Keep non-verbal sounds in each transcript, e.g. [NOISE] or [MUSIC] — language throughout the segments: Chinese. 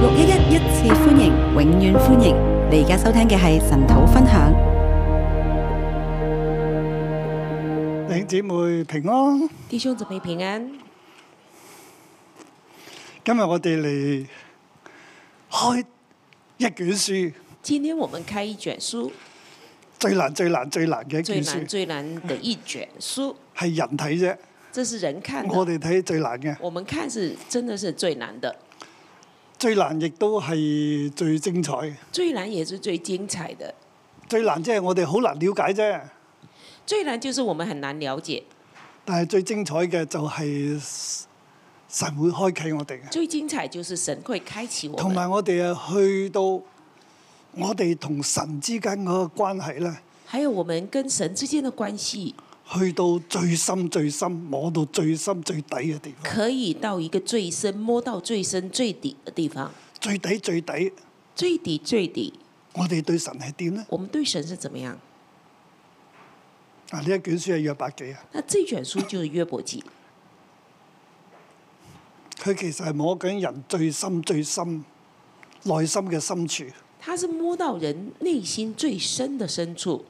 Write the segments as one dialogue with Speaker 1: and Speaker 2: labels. Speaker 1: 六一一一次歡迎，永遠歡迎！你而家收聽嘅係神土分享。
Speaker 2: 弟兄姊妹平安，
Speaker 3: 弟兄姊妹平安，
Speaker 2: 今日我哋嚟開一卷書，
Speaker 3: 今天我們開一卷書，
Speaker 2: 最難最難最難嘅一
Speaker 3: 最
Speaker 2: 卷
Speaker 3: 難
Speaker 2: 書
Speaker 3: 最難的一卷書，
Speaker 2: 係人睇啫，
Speaker 3: 這是人看
Speaker 2: 我
Speaker 3: 的，
Speaker 2: 哋睇最難嘅，
Speaker 3: 我們看是真的是最難的，
Speaker 2: 最難亦都係最精彩嘅。
Speaker 3: 最難也是最精彩的。
Speaker 2: 最難即係我哋好難了解啫，
Speaker 3: 最難就是我們很難了解，
Speaker 2: 但係最精彩嘅就係神會開啟我哋嘅，
Speaker 3: 最精彩就是神會開啟我
Speaker 2: 同
Speaker 3: 們，
Speaker 2: 埋我哋啊去到我哋同神之間嗰個關係咧，
Speaker 3: 還有我們跟神之間的關係，
Speaker 2: 去到最深最深，摸到最深最底嘅地方，
Speaker 3: 可以到一個最深摸到最深最底的地方，
Speaker 2: 最底最底。
Speaker 3: 最底最底，
Speaker 2: 我哋對神係點呢？
Speaker 3: 我們對神是怎麼樣？
Speaker 2: 啊，呢一卷書係約伯記啊，
Speaker 3: 那這卷書就是約伯記，
Speaker 2: 佢其實係摸緊人最深最深內心嘅深處。
Speaker 3: 它是摸到人內心最深的深處。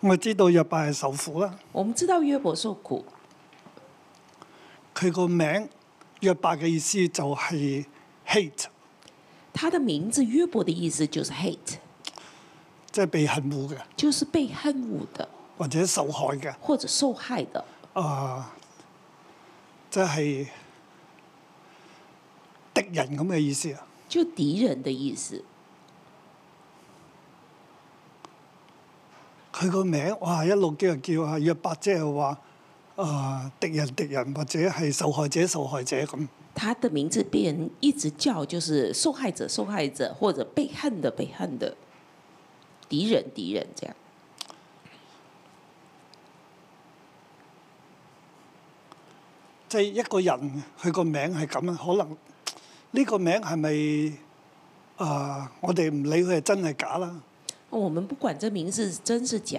Speaker 2: 我知道約伯係受苦啊啦，
Speaker 3: 我們知道約伯受苦，
Speaker 2: 佢個名約伯嘅意思就係 hate，
Speaker 3: 他的名字約伯的意思就是 hate，
Speaker 2: 即係被恨惡嘅
Speaker 3: 就是被恨惡的
Speaker 2: 或者受害嘅，
Speaker 3: 或者受害的，
Speaker 2: 啊，即係敵人咁嘅意思啊。
Speaker 3: 就敵人的意思。
Speaker 2: 佢個名哇一路叫人叫啊約伯，即係話啊敵人敵人或者係受害者受害者咁。
Speaker 3: 他的名字被人一直叫，就是受害者、受害者，或者被恨的、被恨的，敵人、敵人這樣。
Speaker 2: 即係一個人佢個名係咁啊，可能呢個名係咪啊？我哋唔理佢係真係假啦。
Speaker 3: 我們不管這名字是真是假，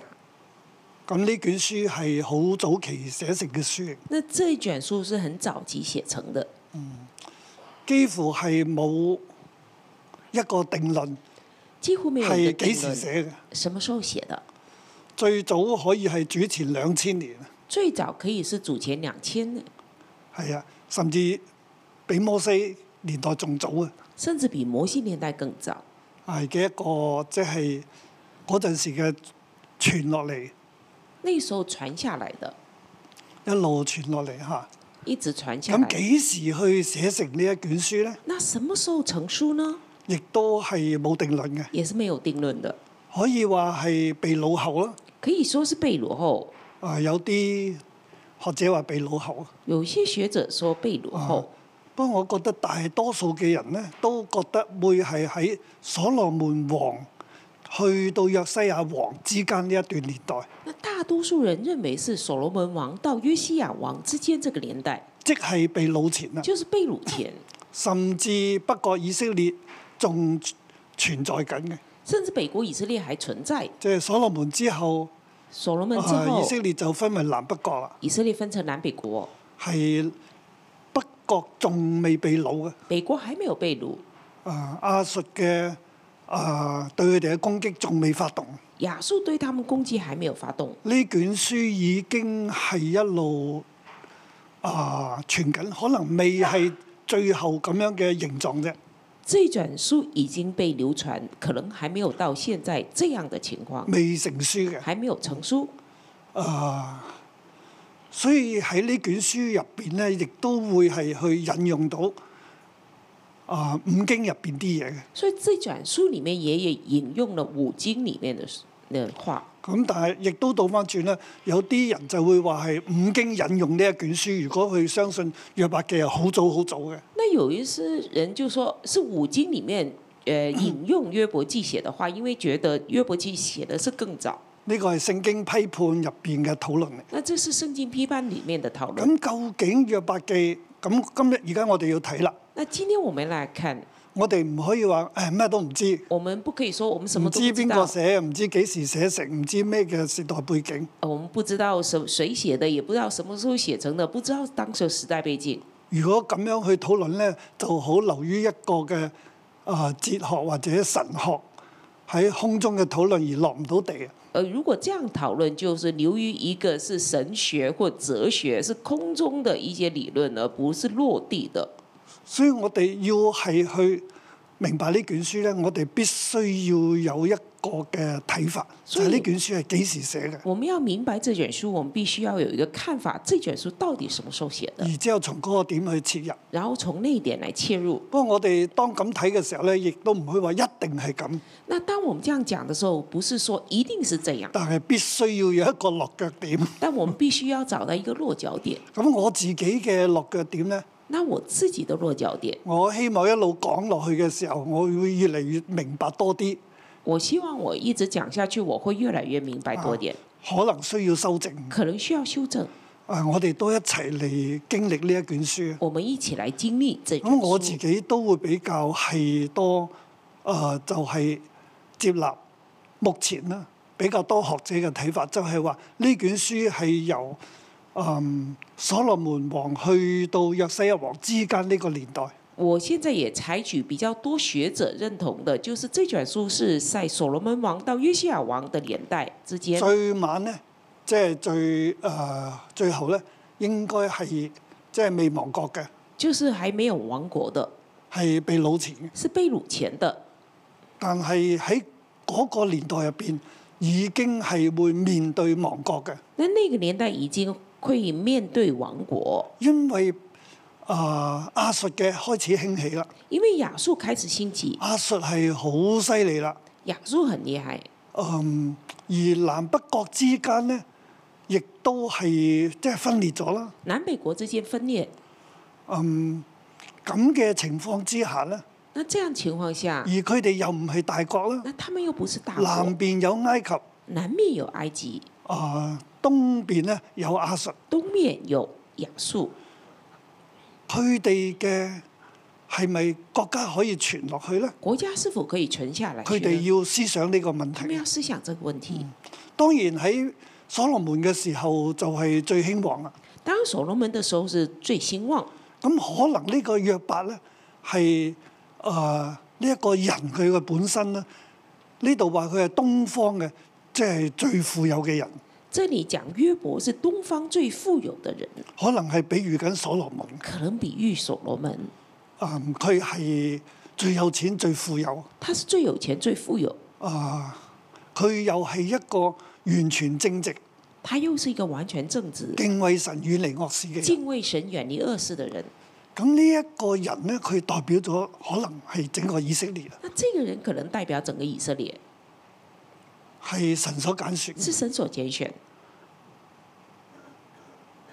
Speaker 2: 咁呢卷書係好早期寫成嘅書，
Speaker 3: 那這一卷書是很早期寫成的，
Speaker 2: 幾乎係冇一個定論
Speaker 3: 幾乎沒有一
Speaker 2: 係
Speaker 3: 個
Speaker 2: 幾
Speaker 3: 定
Speaker 2: 時
Speaker 3: 論。
Speaker 2: 寫嘅。
Speaker 3: 什麼時候寫的？
Speaker 2: 最早可以係主前兩千年，
Speaker 3: 最早可以是主前兩千年，
Speaker 2: 係啊，甚至比摩西年代仲早啊，
Speaker 3: 甚至比摩西年代更早。
Speaker 2: 係嘅一個即係嗰陣時嘅傳落嚟，
Speaker 3: 那時候傳下來的，
Speaker 2: 一路傳落嚟嚇。
Speaker 3: 一直傳下
Speaker 2: 咁
Speaker 3: 來。
Speaker 2: 幾時去寫成呢一卷書呢？
Speaker 3: 那什麼時候成書呢？
Speaker 2: 亦都係冇定論嘅，
Speaker 3: 也是沒有定論的，
Speaker 2: 可以話係被老後啦。
Speaker 3: 可以說是被擄後。
Speaker 2: 啊，有啲學者話被老後，啊
Speaker 3: 有些學者說被擄後，
Speaker 2: 不過我覺得大多數嘅人呢，都覺得會係喺所羅門王去到約西亞王之間呢一段年代，
Speaker 3: 那大多數人認為是所羅門王到約西亞王之間這個年代，
Speaker 2: 即係被老前啦，啊
Speaker 3: 就是被擄
Speaker 2: [LAUGHS]
Speaker 3: 前，
Speaker 2: 甚至北國以色列仲存在緊嘅，
Speaker 3: 甚至北國以色列還存在。
Speaker 2: 即係所羅門之後，
Speaker 3: 所羅門之
Speaker 2: 啊
Speaker 3: 後
Speaker 2: 以，色列就分為南北國啦。
Speaker 3: 以色列分成南北國，
Speaker 2: 係北國仲未被擄嘅，
Speaker 3: 北國還沒有被擄，
Speaker 2: 啊亞述嘅啊對佢哋嘅攻擊仲未發動。
Speaker 3: 亞述對他們攻擊還沒有發動。
Speaker 2: 呢卷書已經係一路啊傳緊，可能未係最後咁樣嘅形狀啫。
Speaker 3: 這卷書已經被流傳，可能還沒有到現在這樣的情況，
Speaker 2: 未成書嘅，啊
Speaker 3: 還沒有成書。
Speaker 2: 所以喺呢卷書入邊咧，亦都會係去引用到啊五經入邊啲嘢嘅。
Speaker 3: 所以這卷書裡面也也引用了五經裡面的的話，
Speaker 2: 咁但係亦都倒翻轉啦，有啲人就會話係五經引用呢一卷書。如果佢相信約伯記係好早好早嘅，
Speaker 3: 那有一些人就說是五經裡面，呃，引用約伯記寫的話，因為覺得約伯記寫的是更早。
Speaker 2: 呢個係聖經批判入邊嘅討論嚟。
Speaker 3: 那這是聖經批判裡面的討
Speaker 2: 嗯
Speaker 3: 論。
Speaker 2: 咁究竟約伯記咁今日而家我哋要睇啦，
Speaker 3: 那今天我們來看，
Speaker 2: 我哋唔可以話誒咩都唔知，
Speaker 3: 我们不可以说我们什
Speaker 2: 唔
Speaker 3: 么都
Speaker 2: 知
Speaker 3: 不知
Speaker 2: 邊個
Speaker 3: 道，
Speaker 2: 寫，唔知幾時寫成，唔知咩嘅時代背景。
Speaker 3: 呃我们不知道什谁写的，也不知道什么时候写成的，不知道当时的时代背景。
Speaker 2: 如果咁樣去討論咧，就好流於一個嘅啊、哲學或者神學喺空中嘅討論而落唔到地。啊
Speaker 3: 呃，如果这样讨论，就是流于一个是神学或哲学，是空中的一些理论，而不是落地的。
Speaker 2: 所以我哋要係去明白呢卷書咧，我哋必須要有一個嘅睇法，就
Speaker 3: 所以啊
Speaker 2: 係呢卷書係幾時寫嘅，
Speaker 3: 我们要明白这卷书，我们必须要有一个看法，这卷书到底什么时候写的，
Speaker 2: 而之後從嗰個點去切入。
Speaker 3: 然后从那一点来切入。
Speaker 2: 不過我哋當咁睇嘅時候咧，亦都唔可以話一定係咁，
Speaker 3: 那当我们这样讲的时候，不是说一定是这样，
Speaker 2: 但係必須要有一個落腳點。
Speaker 3: 但我们必须要找到一个落脚点。
Speaker 2: 咁我自己嘅落腳點咧，
Speaker 3: 那我自己的落脚点，
Speaker 2: 我希望一路講落去嘅時候，我會越嚟越明白多啲，
Speaker 3: 我希望我一直讲下去，我会越来越明白多点，
Speaker 2: 可能需要修正。
Speaker 3: 可能需要修正。
Speaker 2: 啊，我哋都一齊嚟經歷呢一卷啊書。
Speaker 3: 我们一起来经历这卷
Speaker 2: 咁我
Speaker 3: 书
Speaker 2: 自。己都會比較係多，誒、就係、接納目前啦比較多學者嘅睇法，就係話呢卷書係由嗯所羅門王去到約西亞王之間呢個年代，
Speaker 3: 我现在也采取比较多学者认同的，就是这卷书是在所罗门王到约西亚王的年代之间，
Speaker 2: 最晚呢，即係最誒、最後呢，應該係即係未亡國嘅，
Speaker 3: 就是还没有亡国的，
Speaker 2: 係被擄前嘅，
Speaker 3: 是被掳前的。
Speaker 2: 但係喺嗰個年代入邊已經係會面對亡國嘅。
Speaker 3: 那那个年代已经会面对亡国，
Speaker 2: 因為啊、亞述嘅開始興起啦，
Speaker 3: 因为亚述开始兴起，
Speaker 2: 亞述係好犀利啦。
Speaker 3: 亚述很厉害，
Speaker 2: 嗯，而南北國之間呢，亦都係即係分裂咗啦。
Speaker 3: 南北国之间分裂。
Speaker 2: 咁嘅情況之下呢，
Speaker 3: 那这样情况下
Speaker 2: 而，佢哋又唔係大國啦，
Speaker 3: 那他们又不是大
Speaker 2: 南
Speaker 3: 国，
Speaker 2: 邊有埃及，啊、
Speaker 3: 南面有埃及，
Speaker 2: 東邊呢有亞述，
Speaker 3: 东面有亚述，
Speaker 2: 佢哋嘅係咪國家可以傳落去呢？
Speaker 3: 国家是否可以存下来？
Speaker 2: 佢哋要思想呢個問
Speaker 3: 他们
Speaker 2: 題。
Speaker 3: 要思想这个问题。
Speaker 2: 當然喺所羅門嘅時候就係最興旺啦。
Speaker 3: 当所罗门的时候是最兴旺，
Speaker 2: 咁可能呢個約伯咧係誒呢一個人佢嘅本身咧，呢度話佢係東方嘅，即係最富有嘅人，
Speaker 3: 这里讲约伯是东方最富有的人，
Speaker 2: 可能係比喻緊所羅門
Speaker 3: 可能比喻所罗门，
Speaker 2: 啊，佢係最有錢最富有
Speaker 3: 他是最有钱、最富有，
Speaker 2: 啊，佢又係一個完全正直、
Speaker 3: 他又是一个完全正直、
Speaker 2: 敬畏神、遠離惡事嘅人。
Speaker 3: 敬畏神、远离恶事的人。
Speaker 2: 咁呢一個人咧，佢代表咗可能係整個以色列啊，
Speaker 3: 那这个人可能代表整个以色列，
Speaker 2: 係神所揀選。
Speaker 3: 是神所拣选。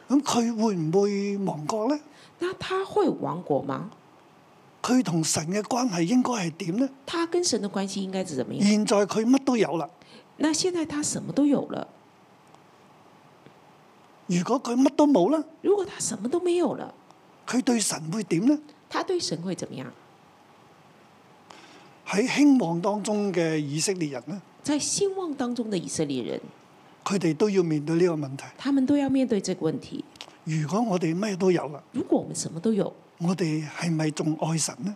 Speaker 2: 咁佢會唔會亡國咧？
Speaker 3: 那他会亡国吗？
Speaker 2: 佢同神嘅關係應該係點呢？
Speaker 3: 他跟神的关系应该是怎么样？
Speaker 2: 現在佢乜都有啦，
Speaker 3: 那现在他什么都有了，
Speaker 2: 如果佢乜都冇啦，
Speaker 3: 如果他什么都没有了，
Speaker 2: 佢對神會點呢？
Speaker 3: 他对神会怎么样？
Speaker 2: 喺興旺當中嘅以色列人呢，
Speaker 3: 在兴旺当中的以色列人，
Speaker 2: 佢哋都要面對呢個問題。
Speaker 3: 他们都要面对这个问题。
Speaker 2: 如果我哋乜都有啦，
Speaker 3: 如果我们什么都有，
Speaker 2: 我哋係咪仲愛神呢？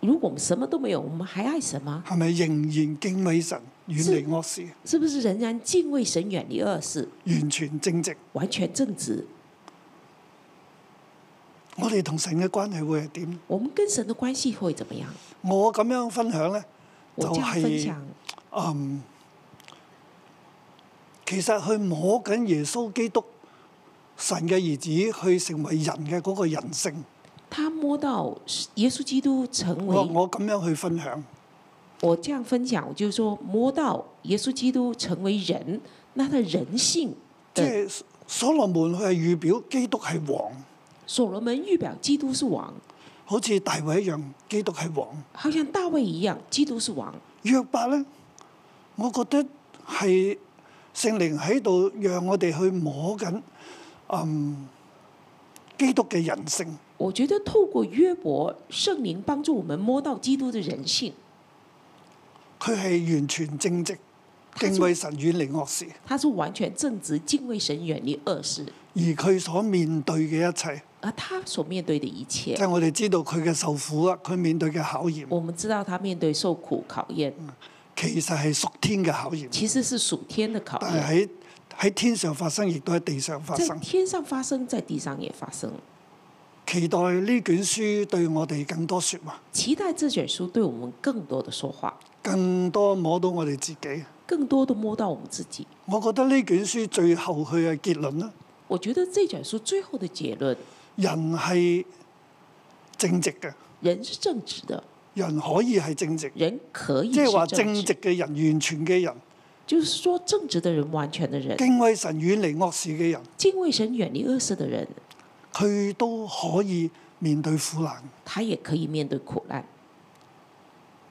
Speaker 3: 如果我们什么都没有，我们还爱神吗？
Speaker 2: 係咪仍然敬畏神、遠離惡事、
Speaker 3: 是不是仍然敬畏神、远离恶事、
Speaker 2: 完全正直？
Speaker 3: 完全正直？
Speaker 2: 我哋同神嘅關係會係點？
Speaker 3: 我们跟神的关系会怎么样？
Speaker 2: 我咁樣分享呢，
Speaker 3: 我
Speaker 2: 就
Speaker 3: 这样分
Speaker 2: 係、
Speaker 3: 享，
Speaker 2: 嗯，其實去摸緊耶穌基督神嘅兒子去成為人嘅嗰個人性，
Speaker 3: 他摸到耶稣基督成
Speaker 2: 我
Speaker 3: 为
Speaker 2: 我咁樣去分享，
Speaker 3: 我这样分享，我就是说摸到耶稣基督成为人，那他人性
Speaker 2: 即
Speaker 3: 的
Speaker 2: 係所羅門佢係預表基督係王，
Speaker 3: 所罗门预表基督是王，
Speaker 2: 好似大衛一樣，基督係王。
Speaker 3: 好像大卫一样，基督是王。
Speaker 2: 約伯呢，我覺得係聖靈喺度讓我哋去摸緊，嗯，基督嘅人性。
Speaker 3: 我觉得透过约伯，圣灵帮助我们摸到基督的人性，
Speaker 2: 佢係完全正直，敬畏神遠離惡事，
Speaker 3: 他是完全正直、敬畏神、远离恶事，
Speaker 2: 而佢所面對嘅一切，
Speaker 3: 而他所面对的一
Speaker 2: 即
Speaker 3: 切，
Speaker 2: 係我哋知道佢嘅受苦啊，佢面對嘅考驗，
Speaker 3: 我们知道他面对受苦考验，
Speaker 2: 嗯其實係屬天嘅考驗，
Speaker 3: 其实是属天的考
Speaker 2: 但
Speaker 3: 验，
Speaker 2: 係喺喺天上發生，亦都喺地上發
Speaker 3: 在
Speaker 2: 生。
Speaker 3: 天上发生，在地上也发生。
Speaker 2: 期待呢卷書對我哋更多説話，
Speaker 3: 期待这卷书对我们更多的说话，
Speaker 2: 更多摸到我哋自己。
Speaker 3: 更多的摸到我们自己。
Speaker 2: 我覺得呢卷書最後佢嘅結論啦，
Speaker 3: 我觉得这卷书最后的结论，
Speaker 2: 人係正直嘅，
Speaker 3: 人是正直的，
Speaker 2: 人可以係正直，
Speaker 3: 人可以
Speaker 2: 即係話
Speaker 3: 是
Speaker 2: 正
Speaker 3: 正
Speaker 2: 直
Speaker 3: 直，
Speaker 2: 嘅人、完全嘅人、
Speaker 3: 就是说正直的人、完全的人、
Speaker 2: 敬畏神、遠離惡事嘅人。
Speaker 3: 敬畏神、远离恶事的人，
Speaker 2: 佢都可以面對苦難，
Speaker 3: 他也可以面对苦难，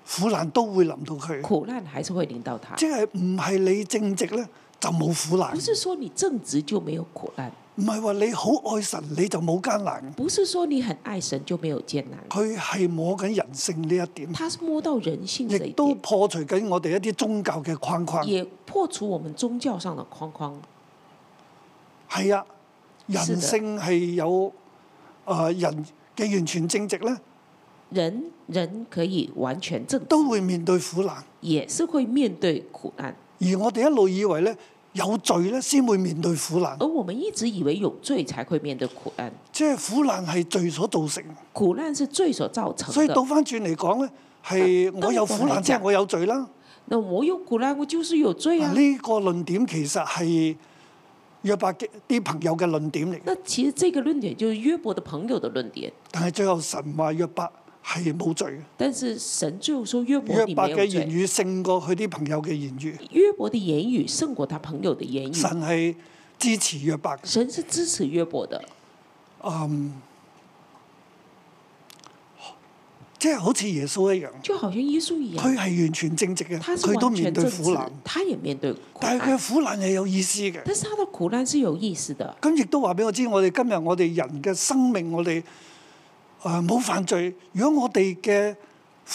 Speaker 2: 苦難都會臨到佢，
Speaker 3: 苦难还是会临到他。
Speaker 2: 即係唔係你正直呢，就冇苦難
Speaker 3: 不，是说你正直就没有苦难，
Speaker 2: 唔係話你好愛神你就冇艱難。
Speaker 3: 不是说你很爱神就没有艰难。
Speaker 2: 佢係摸緊人性呢一點，
Speaker 3: 他是摸到人性这
Speaker 2: 亦
Speaker 3: 一
Speaker 2: 都
Speaker 3: 点，
Speaker 2: 破除緊我哋一啲宗教嘅框框。
Speaker 3: 也破除我们宗教上的框框。
Speaker 2: 係啊，人
Speaker 3: 是的
Speaker 2: 性係有呃人嘅完全正直呢，
Speaker 3: 人人可以完全正直，
Speaker 2: 都會面對苦難。
Speaker 3: 也是会面对苦难。
Speaker 2: 而我哋一路以為呢，有罪呢先會面對苦難，
Speaker 3: 而我们一直以为有罪才会面对苦难，
Speaker 2: 即係苦難係罪所造成。
Speaker 3: 苦难是罪所造成
Speaker 2: 所以
Speaker 3: 的
Speaker 2: 倒。翻轉嚟講咧，係
Speaker 3: 啊
Speaker 2: 我有苦
Speaker 3: 當然
Speaker 2: 難，即係
Speaker 3: 講
Speaker 2: 我有罪啦。
Speaker 3: 那我有苦难，我就是有罪
Speaker 2: 嗱。
Speaker 3: 啊
Speaker 2: 呢個論點其實係約伯嘅啲朋友嘅論點嚟嘅，
Speaker 3: 那其实这个论点就是约伯的朋友的论点，
Speaker 2: 但係最後神話約伯係冇罪
Speaker 3: 但是神最后说约
Speaker 2: 嘅，
Speaker 3: 伯
Speaker 2: 約
Speaker 3: 你
Speaker 2: 伯
Speaker 3: 没
Speaker 2: 嘅
Speaker 3: 有
Speaker 2: 言
Speaker 3: 罪。
Speaker 2: 語勝過佢啲朋友嘅言語，
Speaker 3: 约伯的言语胜过他朋友的言语，
Speaker 2: 神係支持約伯嘅。
Speaker 3: 神是支持约伯的，
Speaker 2: 即係好似耶穌一樣，
Speaker 3: 就好像耶稣一
Speaker 2: 佢
Speaker 3: 样，
Speaker 2: 係完全正直嘅，
Speaker 3: 他是
Speaker 2: 佢都
Speaker 3: 完
Speaker 2: 面
Speaker 3: 全
Speaker 2: 對
Speaker 3: 正
Speaker 2: 苦
Speaker 3: 直
Speaker 2: 難，，
Speaker 3: 他也面对苦
Speaker 2: 但係佢
Speaker 3: 难，
Speaker 2: 嘅苦難係有意思嘅。
Speaker 3: 但是他的苦难是有意思的。
Speaker 2: 咁亦都話俾我知，我哋今日我哋人嘅生命，我哋誒冇犯罪。如果我哋嘅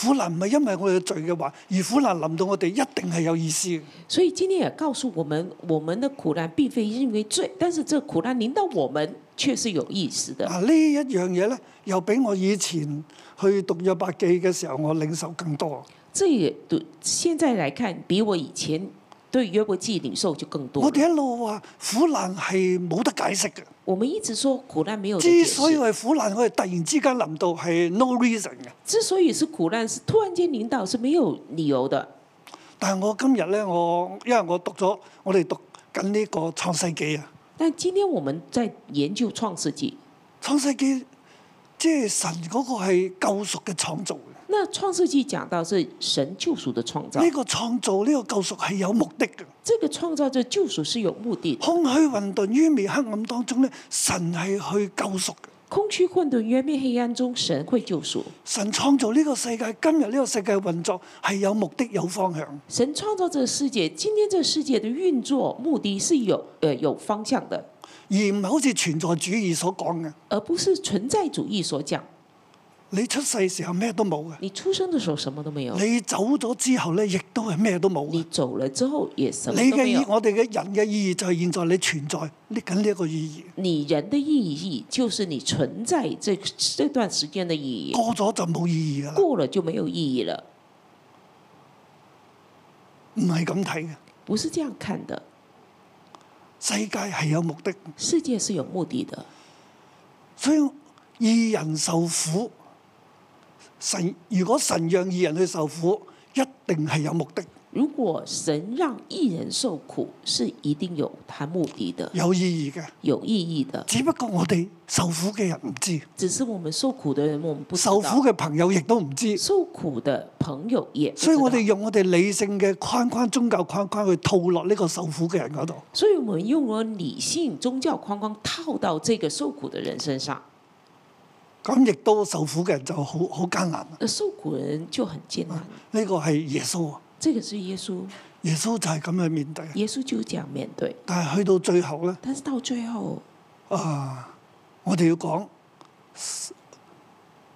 Speaker 2: 苦難唔係因為我哋嘅罪嘅話，而苦難臨到我哋一定係有意思嘅。
Speaker 3: 所以今天也告诉我们，我们的苦难并非因为罪，但是这苦难临到我们却是有意思的。
Speaker 2: 嗱啊呢一樣嘢咧，又比我以前去讀約伯記嘅時候，我領受更多。
Speaker 3: 这也对现在来看，比我以前对约伯记领受就更多
Speaker 2: 我哋
Speaker 3: 了。
Speaker 2: 一路話苦難係冇得解釋嘅，
Speaker 3: 我们一直说苦难没有的
Speaker 2: 之
Speaker 3: 解
Speaker 2: 所以
Speaker 3: 释，
Speaker 2: 係苦難，我哋突然之間臨到係 no reason 嘅。
Speaker 3: 之所以是苦难，是突然间领导是没有理由的。
Speaker 2: 但係我今日咧，我因為我讀咗，我哋讀緊呢個創世記啊。
Speaker 3: 但今天我们在研究创世纪，
Speaker 2: 創世記即係神嗰個係救贖嘅創造嘅，
Speaker 3: 那创世纪讲到是神救赎的创造
Speaker 2: 呢、，個創造呢、個救贖係有目的嘅。
Speaker 3: 这个创造这救赎是有目的的。
Speaker 2: 空虛混沌於滅黑暗當中咧，神係去救贖嘅。
Speaker 3: 空虚混沌、冤灭黑暗中，神会救赎。
Speaker 2: 神創造呢個世界，今日呢個世界運作係有目的、有方向。
Speaker 3: 神创造这个世界，今天这个世界的运作目的是有呃有方向的，
Speaker 2: 而唔係好似存在主義所講嘅，
Speaker 3: 而不是存在主义所讲。
Speaker 2: 你出世時候咩都冇嘅，
Speaker 3: 你出生的时候什么都没有，
Speaker 2: 你走咗之後咧，亦都係咩都冇
Speaker 3: 你
Speaker 2: 嘅。
Speaker 3: 走了之后也什
Speaker 2: 你嘅
Speaker 3: 么都没
Speaker 2: 意，
Speaker 3: 有。
Speaker 2: 我哋嘅人嘅意義就係現在你存在呢緊呢一個意義，
Speaker 3: 你人的意义就是你存在这这段时间的意义，
Speaker 2: 過咗就冇意義㗎啦，
Speaker 3: 过了就没有意义了，
Speaker 2: 唔係咁睇嘅。
Speaker 3: 不是这样看的。
Speaker 2: 世界係有目的，
Speaker 3: 世界是有目的的，
Speaker 2: 所以二人受苦，神如果神讓二人去受苦，一定係有目的、
Speaker 3: 如果神让一人受苦，是一定有他目的的，
Speaker 2: 有意義嘅。
Speaker 3: 有意义的。
Speaker 2: 只不過我哋受苦嘅人唔知，
Speaker 3: 只是我们受苦的人，我们不知
Speaker 2: 受
Speaker 3: 道。
Speaker 2: 苦嘅朋友亦都唔知，
Speaker 3: 受苦的朋友也不知
Speaker 2: 所
Speaker 3: 道
Speaker 2: 以我哋用我哋理性嘅框框、宗教框框去套落呢個受苦嘅人嗰度。
Speaker 3: 所以我们用了理性宗教框框套到这个受苦的人身上，
Speaker 2: 咁亦都受苦嘅人就好好艱難啦。
Speaker 3: 那受苦人就很艰难。
Speaker 2: 呢個係耶穌啊，
Speaker 3: 这个是耶稣，
Speaker 2: 耶穌就係咁去面對。啊
Speaker 3: 耶稣就这样面对。
Speaker 2: 但係去到最後咧，
Speaker 3: 但是到最后，
Speaker 2: 啊，我哋要講，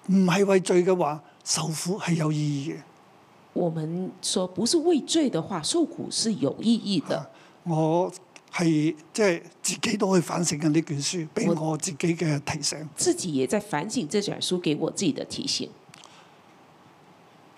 Speaker 2: 唔係為罪嘅話，受苦係有意義嘅。
Speaker 3: 我们说不是畏罪的话，受苦是有意义
Speaker 2: 啊
Speaker 3: 的。
Speaker 2: 我係即係自己都去反省緊呢卷書，俾
Speaker 3: 我
Speaker 2: 我自己嘅提醒。
Speaker 3: 自己也在反省这本书给我自己的提醒。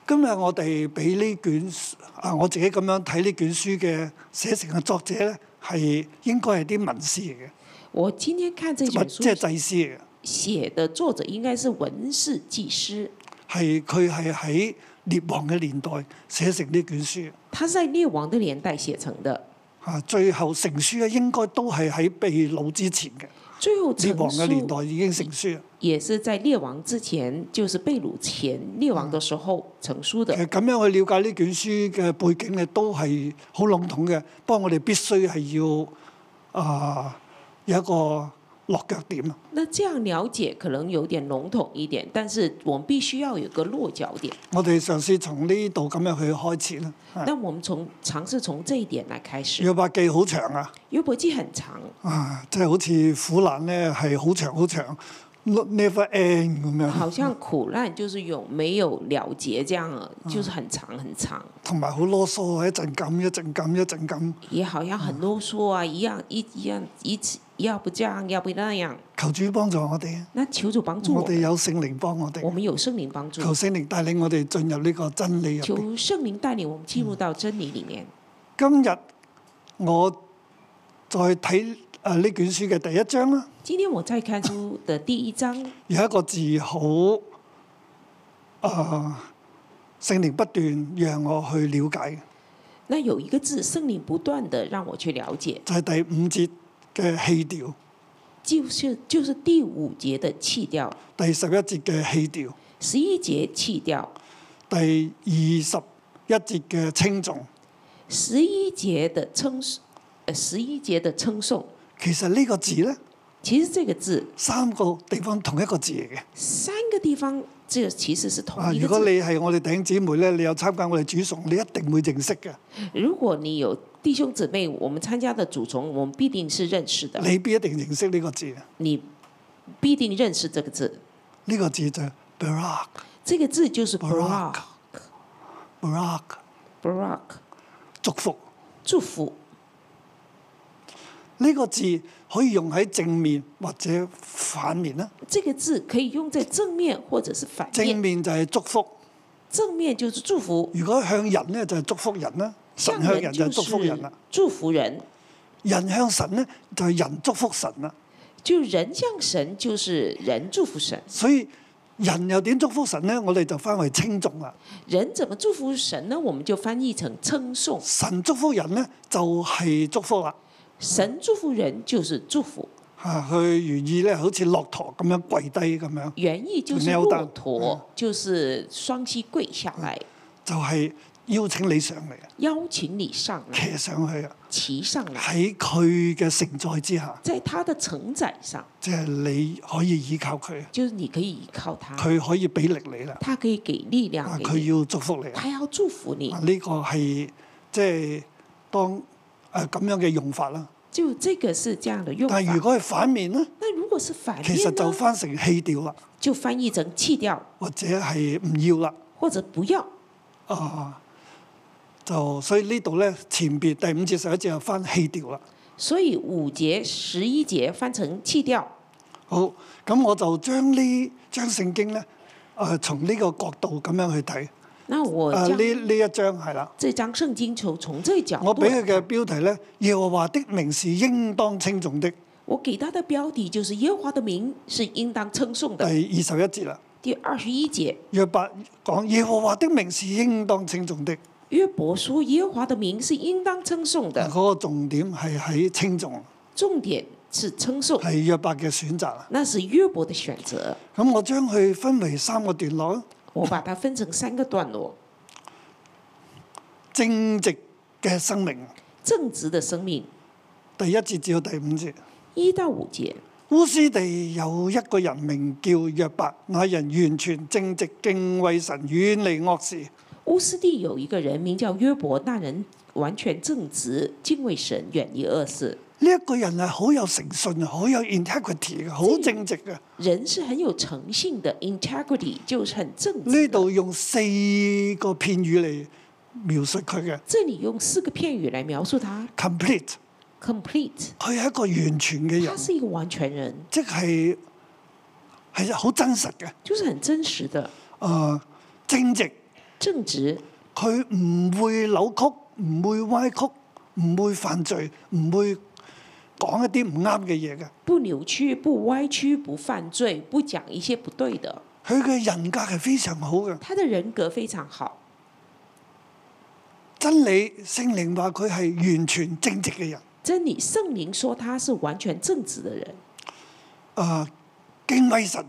Speaker 2: 今日我哋俾呢卷書啊，我自己咁樣睇呢卷書嘅寫成嘅作者咧，係應該係啲文士嚟嘅，
Speaker 3: 我今天看这
Speaker 2: 或
Speaker 3: 本书
Speaker 2: 即係祭司嚟嘅。
Speaker 3: 写的作者应该是文士技师，
Speaker 2: 係佢係喺列王嘅年代寫成呢卷書，
Speaker 3: 他是在列王的年代写成的，
Speaker 2: 啊，最後成書咧應該都係喺被擄之前嘅。
Speaker 3: 最后
Speaker 2: 列
Speaker 3: 成
Speaker 2: 王嘅年代
Speaker 3: 书
Speaker 2: 已經成書啊啦，
Speaker 3: 也是在列王之前，就是被掳前列王的时候成书
Speaker 2: 其實
Speaker 3: 的。
Speaker 2: 咁樣去了解呢卷書嘅背景咧，都係好籠統嘅。不過我哋必須係要啊、有一個落腳點啊。
Speaker 3: 那这样了解可能有点笼统一点，但是我们必须要有个落脚点。
Speaker 2: 我哋嘗試從呢度咁樣去開始啦。啊
Speaker 3: 那我们从尝试從這一點來開始。
Speaker 2: 約伯記好長啊，
Speaker 3: 約伯記很長，
Speaker 2: 啊，即係好似苦難咧係好長好長，never end 咁樣，
Speaker 3: 好像苦難就是有沒有了結這樣啊，
Speaker 2: 嗯
Speaker 3: 就是很長很長，
Speaker 2: 同埋好囉嗦啊，一陣咁一陣咁一陣咁，
Speaker 3: 也好像很囉嗦啊，一樣一一樣一起，要不這樣，要不那樣。
Speaker 2: 求主幫助我哋，啊
Speaker 3: 那求主幫助我
Speaker 2: 我哋
Speaker 3: 們，
Speaker 2: 有聖靈幫我
Speaker 3: 我
Speaker 2: 哋，
Speaker 3: 們有聖靈幫助，
Speaker 2: 求聖靈帶領我哋進入呢個真理入
Speaker 3: 求
Speaker 2: 邊。
Speaker 3: 聖靈帶領我們進入到真理裡面。
Speaker 2: 今日我再睇誒呢卷書嘅第一章啦，
Speaker 3: 今天我在看書的第一章，
Speaker 2: 有一個字好誒、呃聖靈不斷讓我去了解，
Speaker 3: 那有一個字，聖靈不斷的讓我去了解，
Speaker 2: 就係、第五節嘅氣調，
Speaker 3: 就是就是第五節的棄掉，
Speaker 2: 第十一節嘅氣調，
Speaker 3: 十一節棄掉。
Speaker 2: 第二十一節嘅稱重。
Speaker 3: 十一节的称颂，呃，十一节的称颂，
Speaker 2: 其實呢個字呢，
Speaker 3: 其实这个字
Speaker 2: 三個地方同一個字嚟嘅。
Speaker 3: 三个地方，这其实是
Speaker 2: 啊！
Speaker 3: 同一
Speaker 2: 如
Speaker 3: 个
Speaker 2: 果
Speaker 3: 字。
Speaker 2: 你係我哋弟兄姊妹咧，你有參加我哋主崇，你一定會認識嘅，
Speaker 3: 如果你有弟兄姊妹，我们参加的主从，我们必定是认识的，
Speaker 2: 你必一定認識呢個字。呢、
Speaker 3: 你必定认识这个字。
Speaker 2: 個字就 barak
Speaker 3: 这个字就是
Speaker 2: Barak
Speaker 3: barak
Speaker 2: barak
Speaker 3: barak
Speaker 2: 祝福。
Speaker 3: 祝福。
Speaker 2: 呢、個字可以用喺正面或者反面啦。
Speaker 3: 这个字可以用在正面或者是反
Speaker 2: 正
Speaker 3: 面。
Speaker 2: 面就係祝福，
Speaker 3: 正面就是祝福，
Speaker 2: 如果向人呢，就係祝福人啦，神
Speaker 3: 向
Speaker 2: 向人就
Speaker 3: 就
Speaker 2: 係祝福人啊啦
Speaker 3: 是，祝福人，
Speaker 2: 人向神呢，就係人祝福神啦。
Speaker 3: 就人向神就是人祝福神。
Speaker 2: 所以人又點祝福神呢？我哋就翻為稱重啦。
Speaker 3: 人怎么祝福神呢？我们就翻译成称颂。
Speaker 2: 神祝福人呢，就係祝福啦。
Speaker 3: 神祝福人就是祝福，
Speaker 2: 啊，佢願意咧，好似駱駝咁樣跪低咁樣，
Speaker 3: 原意就是
Speaker 2: 瞄到
Speaker 3: 骆驼，就是双膝跪下来，
Speaker 2: 就係、邀請你上嚟，
Speaker 3: 邀请你上来，
Speaker 2: 騎上去啊！
Speaker 3: 骑上来，
Speaker 2: 喺佢嘅承載之下，
Speaker 3: 在他的承载上，
Speaker 2: 即、係、你可以依靠佢，啊
Speaker 3: 就是你可以依靠他，
Speaker 2: 佢可以俾力你啦。
Speaker 3: 他可以给力
Speaker 2: 啊，
Speaker 3: 量给
Speaker 2: 佢
Speaker 3: 你，
Speaker 2: 要祝福你啊！
Speaker 3: 他要祝福你
Speaker 2: 啊，。呢、個係即係當誒咁樣嘅用法啦。
Speaker 3: 就这个是这样的用
Speaker 2: 但係如
Speaker 3: 法。
Speaker 2: 果係反面呢，
Speaker 3: 那如果是反
Speaker 2: 其實
Speaker 3: 面
Speaker 2: 就
Speaker 3: 呢，
Speaker 2: 翻成棄掉啦，
Speaker 3: 就翻译成弃掉
Speaker 2: 或者係唔要啦。
Speaker 3: 或者不要。
Speaker 2: 啊，就所以呢度咧前邊第五節十一節就翻棄掉啦。
Speaker 3: 所以五节、十一节翻成弃掉。
Speaker 2: 好，咁我就將呢將聖經咧，誒、呃、從呢個角度咁樣去睇，
Speaker 3: 那我
Speaker 2: 誒
Speaker 3: 将
Speaker 2: 呢呢一章係啦，
Speaker 3: 这张圣经就从这角
Speaker 2: 啊我
Speaker 3: 度
Speaker 2: 俾
Speaker 3: 来
Speaker 2: 佢
Speaker 3: 看，
Speaker 2: 嘅標題咧，耶和華的名是應當稱重的，
Speaker 3: 我给他的标题就是耶和华的名是应当称颂
Speaker 2: 第二
Speaker 3: 的。
Speaker 2: 十一節啦。
Speaker 3: 第二十一节，
Speaker 2: 約伯講耶和華的名是應當稱重的，
Speaker 3: 约伯说耶和华的名是应当称颂
Speaker 2: 嗰、
Speaker 3: 的，
Speaker 2: 個重點係喺稱重，
Speaker 3: 重点是称颂，
Speaker 2: 係約伯嘅選擇啦。
Speaker 3: 那是约伯的選擇。
Speaker 2: 咁我將佢分為三個段落啦，啊
Speaker 3: 我把它分成三个段落：
Speaker 2: 正直嘅生命，
Speaker 3: 正直的生命
Speaker 2: 第一節至到第五節。
Speaker 3: 一到五节，
Speaker 2: 烏斯地有一個人名叫約伯，那人完全正直，敬畏神，遠離惡事。
Speaker 3: 乌斯地有一个人名叫约伯，那人完全正直，敬畏神，远离恶事。
Speaker 2: 呢一個人係好有誠信啊，好有 integrity 嘅，好正直嘅。
Speaker 3: 人是很有诚信的，integrity 就是很正直。
Speaker 2: 呢度用四個片語嚟描述佢嘅
Speaker 3: 这里用四个片语来描述他
Speaker 2: complete，
Speaker 3: ：complete，
Speaker 2: 佢係一個完全嘅
Speaker 3: 他
Speaker 2: 人，
Speaker 3: 是一个完全人，
Speaker 2: 即係係好真實嘅，誒、呃
Speaker 3: 就是很真实的、
Speaker 2: 正直，
Speaker 3: 正直，
Speaker 2: 佢唔會扭曲，唔會歪曲，唔會犯罪，唔會講一啲唔啱嘅嘢嘅。
Speaker 3: 不扭曲、不歪曲、不犯罪、不讲一些不对的。
Speaker 2: 佢嘅人格係非常好嘅，
Speaker 3: 他的人格非常好，
Speaker 2: 真理聖靈話佢係完全正直嘅人，誒、
Speaker 3: 真理圣灵说他是完全正直的人，
Speaker 2: 啊敬畏神。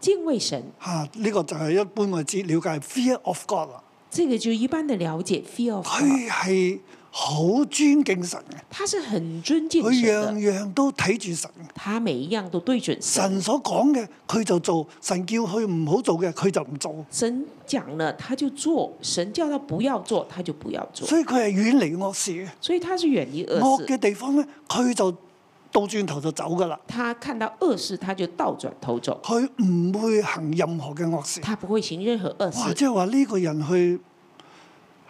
Speaker 3: 敬畏神。
Speaker 2: 嚇、呢、個就係一般我知了解 fear of God 啦。
Speaker 3: 这个就一般的了解，fear of God，
Speaker 2: 佢係好尊敬神嘅，
Speaker 3: 他是很尊敬
Speaker 2: 佢樣
Speaker 3: 神的，
Speaker 2: 樣都睇住神嘅。
Speaker 3: 他每一样都对准神
Speaker 2: 神。所講嘅佢就做，神叫佢唔好做嘅佢就唔做，
Speaker 3: 神讲了他就做，神叫他不要做他就不要做，
Speaker 2: 所以佢係遠離惡事嘅。
Speaker 3: 所以他是远离恶
Speaker 2: 惡
Speaker 3: 事。
Speaker 2: 嘅地方咧，佢就倒轉頭就走噶啦，
Speaker 3: 他看到恶事，他就倒转头走，
Speaker 2: 佢唔會行任何嘅惡事。
Speaker 3: 他不会行任何恶
Speaker 2: 哇！
Speaker 3: 事。
Speaker 2: 即係話呢個人去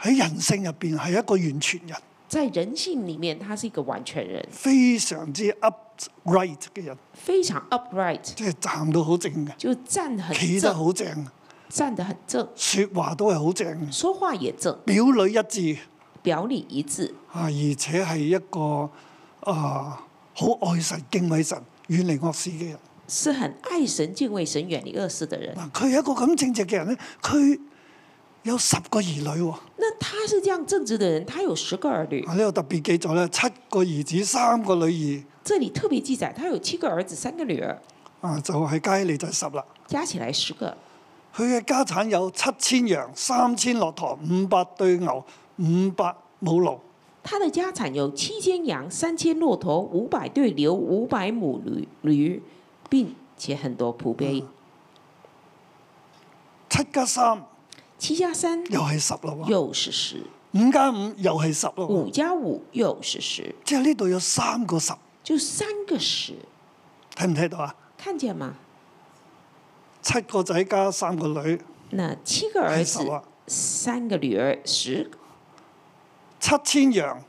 Speaker 2: 喺人性入邊係一個完全人，
Speaker 3: 在人性里面，他是一个完全人，
Speaker 2: 非常之 upright 嘅人，
Speaker 3: 非常 upright，
Speaker 2: 即係站到好正嘅，
Speaker 3: 就站很
Speaker 2: 企得
Speaker 3: 正，
Speaker 2: 好正，
Speaker 3: 站得很正，
Speaker 2: 説話都係好正，
Speaker 3: 说话也正，
Speaker 2: 表裏一致。
Speaker 3: 表里一致，
Speaker 2: 啊，而且係一個啊好愛神、敬畏神、遠離惡事嘅人。
Speaker 3: 是很爱神、敬畏神、远离恶事的人。
Speaker 2: 嗱，佢係一個咁正直嘅人咧，佢有十個兒女喎。
Speaker 3: 那他是这样正直的人，他有十个儿女
Speaker 2: 啊，。呢度特別記載咧，七個兒子，三個女兒。
Speaker 3: 这里特别记载，他有七个儿子，三个女儿，
Speaker 2: 啊，就係加起嚟就係十啦。
Speaker 3: 加起来十个。
Speaker 2: 佢嘅家產有七千羊、三千駱駝、五百對牛、五百母驢。
Speaker 3: 他的家产有七千羊、三千骆驼、五百对牛、五百母驴驴，并且很多仆
Speaker 2: 嗯
Speaker 3: 婢。
Speaker 2: 七加三
Speaker 3: 七加三
Speaker 2: 又係十咯喎，
Speaker 3: 又是十，
Speaker 2: 五加五又係十咯喎，
Speaker 3: 五加五又是十，
Speaker 2: 即係呢度有三個十，
Speaker 3: 就三个十，
Speaker 2: 睇唔睇到啊？
Speaker 3: 看见吗？
Speaker 2: 七個仔加三個女，
Speaker 3: 那七个儿
Speaker 2: 係十
Speaker 3: 子，
Speaker 2: 啊。
Speaker 3: 三个女儿，十
Speaker 2: 七千羊、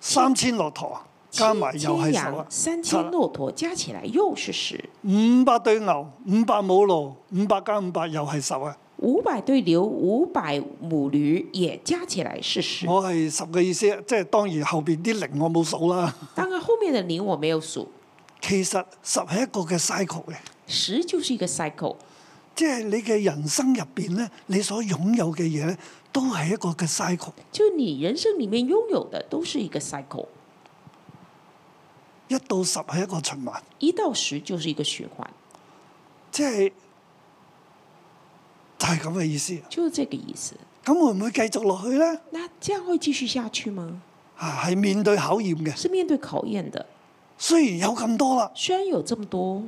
Speaker 2: 三千駱駝，
Speaker 3: 七
Speaker 2: 加埋又
Speaker 3: 千
Speaker 2: 係十
Speaker 3: 羊
Speaker 2: 啊，，
Speaker 3: 三
Speaker 2: 十
Speaker 3: 千
Speaker 2: 啦
Speaker 3: 骆驼，加起来又是十，
Speaker 2: 五百對牛、五百母驢、五百加五百又係十啊！
Speaker 3: 五百对牛，五百母驴也加起来是十。
Speaker 2: 我係十嘅意思，啊即係當然後邊啲零我冇數啦。
Speaker 3: 当然后面的零我没有数，
Speaker 2: 其實十係一個嘅 cycle 嘅，
Speaker 3: 十就是一个 cycle。
Speaker 2: 即係你嘅人生入邊咧，你所擁有嘅嘢咧，都係一個嘅 cycle。
Speaker 3: 就你人生里面拥有的都是一个 cycle，
Speaker 2: 一到十係一個循環，
Speaker 3: 一到十就是一个循环，
Speaker 2: 即係就係咁嘅意思。
Speaker 3: 就是这个意思。
Speaker 2: 咁會唔會繼續落去咧？
Speaker 3: 那这样会继续下去吗？
Speaker 2: 啊，係面對考驗嘅。
Speaker 3: 是面对考验的，
Speaker 2: 雖然有咁多啦。
Speaker 3: 虽然有这么多，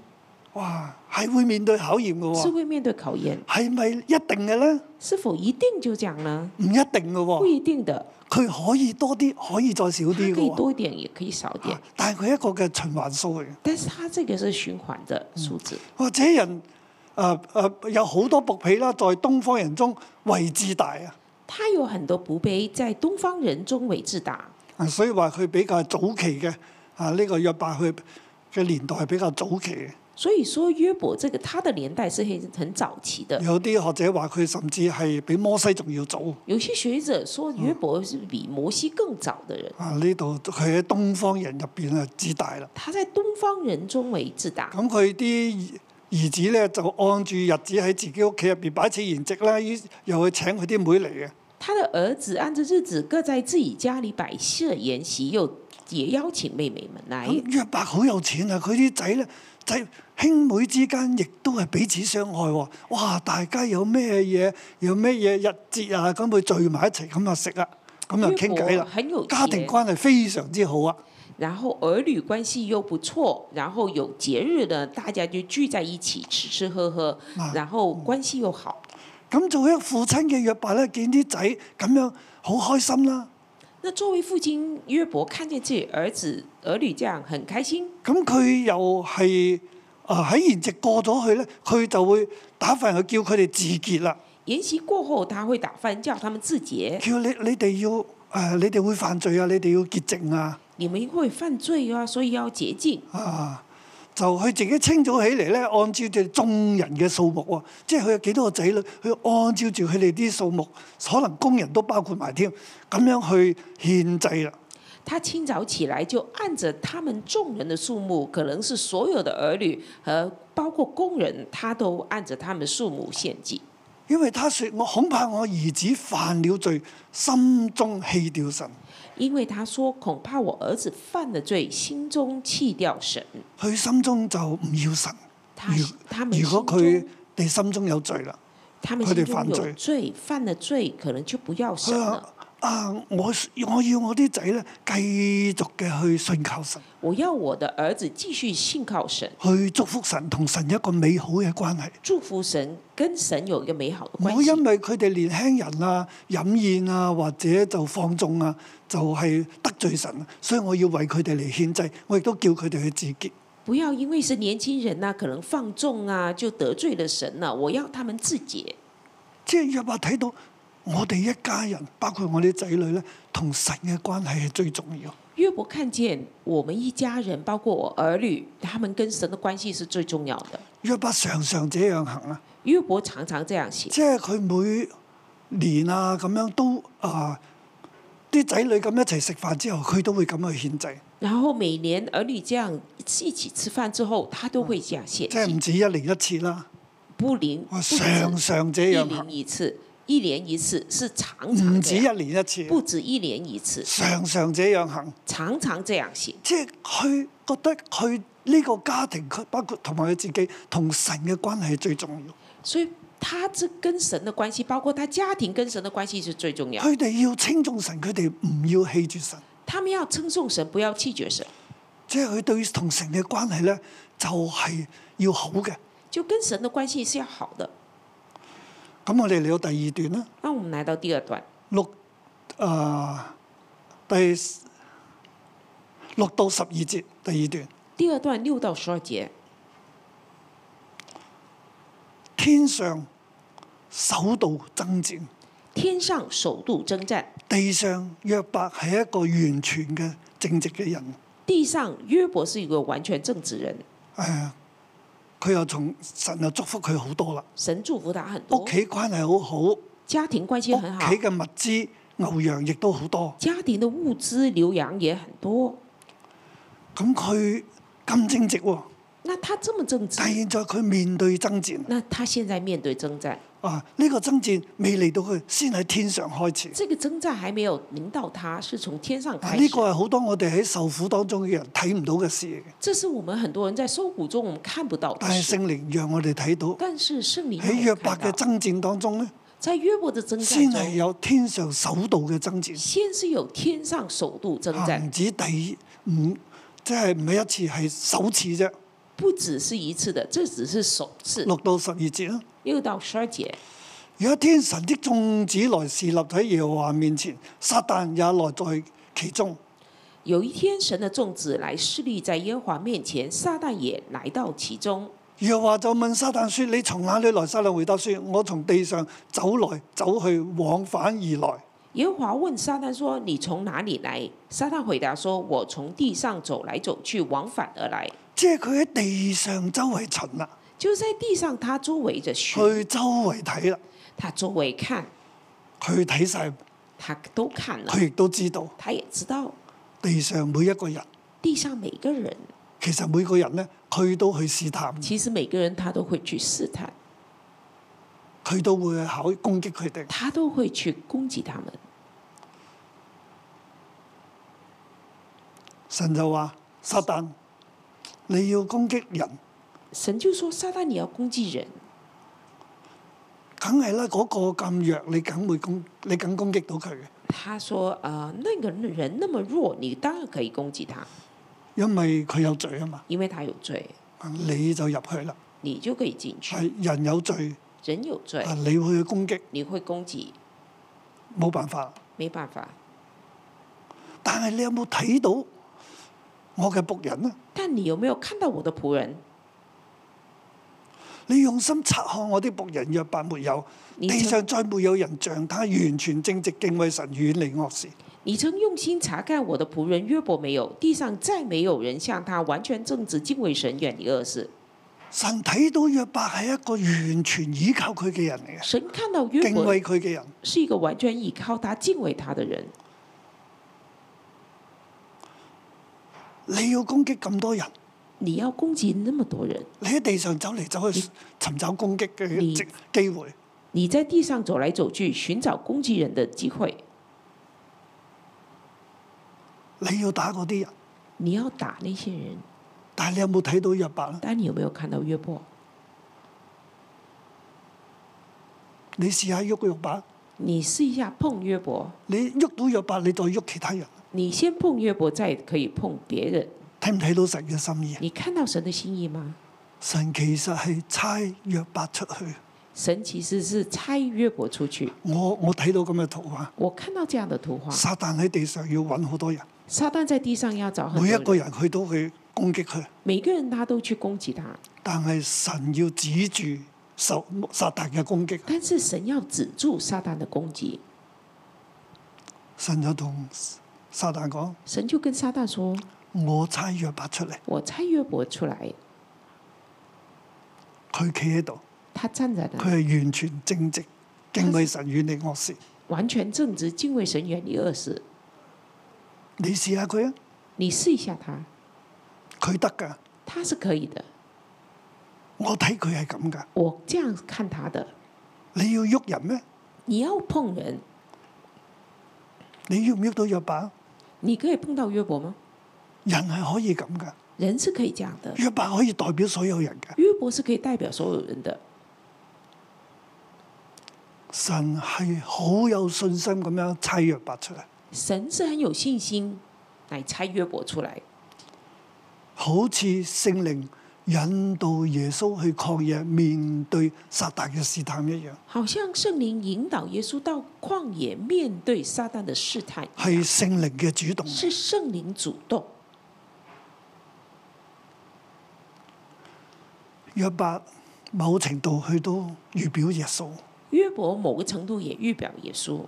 Speaker 2: 哇，係會面對考驗嘅
Speaker 3: 是
Speaker 2: 喎，
Speaker 3: 会面对考验，
Speaker 2: 係咪一定嘅咧？
Speaker 3: 是否一定就这样呢？
Speaker 2: 唔一定嘅
Speaker 3: 不
Speaker 2: 喎，
Speaker 3: 一定的，
Speaker 2: 佢可以多啲，可以再少
Speaker 3: 它
Speaker 2: 啲
Speaker 3: 可
Speaker 2: 嘅
Speaker 3: 以
Speaker 2: 喎。
Speaker 3: 多一点，也可以少一点
Speaker 2: 啊，但係佢一個嘅循環數嚟嘅。
Speaker 3: 但是它这个是循环的数字。
Speaker 2: 或者人誒誒有好多僕婢啦，在東方人中位至大啊，
Speaker 3: 它有很多不卑，在东方人中为至大，
Speaker 2: 啊所以話佢比較早期嘅啊呢、個約伯佢嘅年代係比較早期嘅。
Speaker 3: 所以说约伯这个他的年代是很很早期的。
Speaker 2: 有啲學者話佢甚至係比摩西仲要早
Speaker 3: 有些学者说
Speaker 2: 嗯
Speaker 3: 约伯是比摩西更早的人。
Speaker 2: 啊！呢度佢喺東方人入邊啊至大啦。
Speaker 3: 他在东方人中为至大，
Speaker 2: 咁佢啲兒子咧就按住日子喺自己屋企入邊擺設筵席啦，於又去請佢啲妹嚟嘅。
Speaker 3: 他的儿子按着日子各在自己家里摆设筵席，又也邀请妹妹们来。
Speaker 2: 咁約伯好有錢啊！佢啲仔咧仔兄妹之間亦都係彼此相愛喎。哇！大家有咩嘢有咩嘢日節啊，咁佢聚埋一齊咁啊食啊，咁啊傾偈
Speaker 3: 約伯
Speaker 2: 啦
Speaker 3: 很有，
Speaker 2: 家庭
Speaker 3: 錢
Speaker 2: 關係非常之好啊！
Speaker 3: 然后儿女关系又不错，然后有节日呢，大家就聚在一起吃吃喝喝，
Speaker 2: 啊
Speaker 3: 然后关系又好。
Speaker 2: 咁做一個父親嘅約伯咧，見啲仔咁樣好開心啦。
Speaker 3: 那那作为父亲，约伯看见自己儿子儿女这样很开心，
Speaker 2: 咁佢又係啊喺筵席過咗去咧，佢就會打發人去叫佢哋自潔啦，
Speaker 3: 筵席过后他会打饭，叫他们自洁，
Speaker 2: 叫你你哋要誒、呃你哋會犯罪啊，你哋要潔淨啊，
Speaker 3: 你们会犯罪啊，所以要洁净。
Speaker 2: 啊就佢自己清早起嚟咧，按照住眾人嘅數目喎，即係佢有幾多個仔女，佢按照住佢哋啲數目，可能工人都包括埋添，咁樣去獻祭啦。
Speaker 3: 他清早起来就按着他们众人的数目，可能是所有的儿女和包括工人，他都按着他们数目献祭，
Speaker 2: 因為他說：我恐怕我兒子犯了罪，心中棄掉神。
Speaker 3: 因为他说恐怕我儿子犯了罪，心中弃掉神。
Speaker 2: 佢心中就唔要神。
Speaker 3: 他
Speaker 2: 如
Speaker 3: 他们
Speaker 2: 如
Speaker 3: 心
Speaker 2: 果佢
Speaker 3: 中
Speaker 2: 哋心中有罪啦，
Speaker 3: 他们
Speaker 2: 佢哋
Speaker 3: 心中
Speaker 2: 犯罪
Speaker 3: 有罪，犯了罪可能就不要神
Speaker 2: 佢
Speaker 3: 了
Speaker 2: 話。啊，我我要我啲仔咧繼續嘅去信靠神，
Speaker 3: 我要我的儿子继续信靠神，
Speaker 2: 去祝福神同神一個美好嘅關係。
Speaker 3: 祝福神，跟神有一个美好的
Speaker 2: 唔
Speaker 3: 关
Speaker 2: 好
Speaker 3: 系。
Speaker 2: 因為佢哋年輕人啊、飲宴啊，或者就放縱啊，就係、得罪神啊，所以我要為佢哋嚟獻祭，我亦都叫佢哋去自潔。
Speaker 3: 不要因为是年轻人呐、可能放纵啊，就得罪了神了、我要他们自洁。
Speaker 2: 即係約伯睇到我哋一家人，包括我啲仔女咧，同神嘅關係係最重要。
Speaker 3: 约伯看见我们一家人，包括我儿女，他们跟神的关系是最重要的。
Speaker 2: 約伯常常這樣行啊，
Speaker 3: 约伯常常这样写，
Speaker 2: 即係佢每年啊咁樣都啊啲仔女咁一齊食飯之後，佢都會咁去獻祭，
Speaker 3: 然后每年儿女这样一起吃饭之后，他都会这样写
Speaker 2: 即係唔
Speaker 3: 信，
Speaker 2: 止一年一次啦。
Speaker 3: 不灵不
Speaker 2: 我
Speaker 3: 止
Speaker 2: 常常這
Speaker 3: 一
Speaker 2: 樣
Speaker 3: 年
Speaker 2: 行，
Speaker 3: 一次，一年一次是常常
Speaker 2: 唔止
Speaker 3: 这
Speaker 2: 一
Speaker 3: 样，
Speaker 2: 年一次，
Speaker 3: 不止一年一次，
Speaker 2: 常常這樣行。
Speaker 3: 常常这样写。
Speaker 2: 即係佢覺得佢呢個家庭，佢包括同埋佢自己同神嘅關係係最重要。
Speaker 3: 所以他这跟神的关系，包括他家庭跟神的关系是最重要。
Speaker 2: 佢哋要稱重神，佢哋唔要棄絕神。
Speaker 3: 他们要称颂神，不要弃绝神，
Speaker 2: 即係佢對同神嘅關係咧，就係、要好嘅。
Speaker 3: 就跟神的关系是要好的。
Speaker 2: 咁我哋嚟到第二段啦，
Speaker 3: 那我们来到第二段，
Speaker 2: 六啊、第六到十二節第二段，
Speaker 3: 第二段六到十二节，
Speaker 2: 天上首度爭戰，
Speaker 3: 天上首度征战，
Speaker 2: 地上約伯係一個完全嘅正直嘅人。
Speaker 3: 地上约伯是一个完全正直人，
Speaker 2: 誒、哎佢又從神又祝福佢好多啦，
Speaker 3: 神祝福他很多
Speaker 2: 屋，企關係好好，屋
Speaker 3: 家庭关系
Speaker 2: 企
Speaker 3: 很好，
Speaker 2: 嘅物資牛羊亦都好多。
Speaker 3: 家庭的物资牛羊也很多。
Speaker 2: 咁佢咁正直喎。
Speaker 3: 那他这么正直
Speaker 2: 但，係現在佢面對爭戰
Speaker 3: 那他現在面对征战，
Speaker 2: 啊！呢、個爭戰未嚟到佢，先喺天上開始。
Speaker 3: 这个征战还没有临到他，是从天上
Speaker 2: 啊！
Speaker 3: 开始。
Speaker 2: 呢、個係好多我哋喺受苦當中嘅人睇唔到嘅事嚟嘅，
Speaker 3: 这是我们很多人在受苦中我们看不到的
Speaker 2: 但係
Speaker 3: 事
Speaker 2: 聖靈讓我哋睇到
Speaker 3: 但是圣灵让
Speaker 2: 喺
Speaker 3: 我们
Speaker 2: 約哎伯嘅
Speaker 3: 看到
Speaker 2: 爭戰當中咧，
Speaker 3: 在约伯的征
Speaker 2: 先
Speaker 3: 战
Speaker 2: 係
Speaker 3: 中，
Speaker 2: 有天上首度嘅爭戰，
Speaker 3: 先是有天上首度征
Speaker 2: 啊唔
Speaker 3: 战，
Speaker 2: 止第五，即係唔係一次係首次啫。
Speaker 3: 不只是一次的，这只是首次。
Speaker 2: 六到十二節啦。
Speaker 3: 六到十二节，
Speaker 2: 有一天神的眾子來侍立喺耶和華面前，撒旦也來在其中。
Speaker 3: 有一天神的众子来势力在耶和华面前，撒旦也来到其中。
Speaker 2: 耶和華就問撒旦說：你從哪裏來？撒旦回答說：我從地上走來走去，往返而來。
Speaker 3: 耶和华问撒旦说：“你从哪里来？”撒旦回答说：“我从地上走来走去，往返而来。
Speaker 2: 即係佢喺地上周圍巡啦，”
Speaker 3: 就是在地上，他周围着巡，
Speaker 2: 去周圍睇啦，
Speaker 3: 他周围看，
Speaker 2: 佢睇晒，
Speaker 3: 他都看了，
Speaker 2: 佢亦都知道
Speaker 3: 他也知道
Speaker 2: 地上每一個人，
Speaker 3: 地上每个人，
Speaker 2: 其實每個人呢，佢都去試探，
Speaker 3: 其实每个人他都会去试探，
Speaker 2: 佢都會考攻擊佢哋。
Speaker 3: 他都会去攻击他们。
Speaker 2: 神就話：撒旦，你要攻擊人，
Speaker 3: 神就说：“撒旦，你要攻击人，
Speaker 2: 梗係啦，嗰、個咁弱，你梗會攻，你梗攻擊到佢嘅，
Speaker 3: 他说：“呃，那个人那么弱，你当然可以攻击他，
Speaker 2: 因為佢有罪啊嘛，
Speaker 3: 因为他有罪，
Speaker 2: 你就入去啦。
Speaker 3: 你就可以进去。
Speaker 2: 係人有罪，
Speaker 3: 人有罪
Speaker 2: 啊，，你會去攻擊，
Speaker 3: 你会攻击，
Speaker 2: 冇辦法。
Speaker 3: 没办法。
Speaker 2: 但係你有冇睇到我嘅仆人呢？啊
Speaker 3: 但你有没有看到我的仆人？
Speaker 2: 你用心察看我啲仆人，若白沒有，
Speaker 3: 你
Speaker 2: 地
Speaker 3: 曾
Speaker 2: 哎上再沒有人像他完全正直敬畏神，遠離惡事。
Speaker 3: 你曾用心查看我的仆人约伯没有？地上再没有人像他完全正直、敬畏神、远离恶事。
Speaker 2: 神睇到約伯係一個完全倚靠佢嘅人嚟嘅，
Speaker 3: 神看到约
Speaker 2: 敬
Speaker 3: 伯
Speaker 2: 畏佢嘅人。
Speaker 3: 是一个完全依靠他、敬畏他的人。
Speaker 2: 你要攻擊咁多人，
Speaker 3: 你要攻击那么多人，
Speaker 2: 你喺地上走嚟走去尋找攻擊嘅
Speaker 3: 你
Speaker 2: 機機會，
Speaker 3: 你在地上走来走去，寻找攻击人的机会，
Speaker 2: 你要打嗰啲人。
Speaker 3: 你要打那些人。
Speaker 2: 但係你有冇睇到約伯啊呢？
Speaker 3: 但你有没有看到约伯？
Speaker 2: 你試下喐約伯，
Speaker 3: 你试一下碰约伯，
Speaker 2: 你喐到約伯，你再喐其他人，
Speaker 3: 你先碰约伯，再可以碰别人。
Speaker 2: 睇唔睇到神嘅心意？啊
Speaker 3: 你看到神的心意吗？
Speaker 2: 神其實係差約伯出去。
Speaker 3: 神其实是差约伯出去。
Speaker 2: 我我睇到咁嘅圖畫，
Speaker 3: 我看到这样的图画，
Speaker 2: 撒旦喺地上要揾好多人，
Speaker 3: 撒旦在地上要找很
Speaker 2: 每一
Speaker 3: 多
Speaker 2: 個
Speaker 3: 人，
Speaker 2: 人佢都去攻擊佢，
Speaker 3: 每个人他都去攻击他，
Speaker 2: 但係神要止住受撒旦嘅攻擊。
Speaker 3: 但是神要止住撒旦的攻击。
Speaker 2: 神就同撒旦講：
Speaker 3: 神就跟撒旦说
Speaker 2: 我差約伯出嚟，：“
Speaker 3: 我差约伯出来，
Speaker 2: 佢企喺度，
Speaker 3: 他站在那里
Speaker 2: 佢係完全正直，敬畏神，遠離惡事。
Speaker 3: 完全正直，敬畏神，远离恶事。
Speaker 2: 你試下佢啊，
Speaker 3: 你试一下他，
Speaker 2: 佢得㗎。
Speaker 3: 他是可以的。
Speaker 2: 我睇佢係咁㗎。
Speaker 3: 我这样看他的，
Speaker 2: 你要喐人咩？
Speaker 3: 你要碰人，
Speaker 2: 你喐唔喐到約伯？啊
Speaker 3: 你可以碰到约伯吗？
Speaker 2: 人係可以咁㗎，
Speaker 3: 人是可以这样的，
Speaker 2: 約伯可以代表所有人㗎。
Speaker 3: 约伯是可以代表所有人的。
Speaker 2: 神係好有信心咁樣差約伯出嚟，
Speaker 3: 神是很有信心来差约伯出来，
Speaker 2: 好似聖靈引導耶穌去曠野面對撒旦嘅試探一樣，
Speaker 3: 好像圣灵引导耶稣到旷野面对撒旦的试探一
Speaker 2: 係
Speaker 3: 样，
Speaker 2: 聖靈嘅主動。
Speaker 3: 是圣灵主动。
Speaker 2: 約伯某程度去到預表耶穌，
Speaker 3: 约伯某个程度也预表耶稣，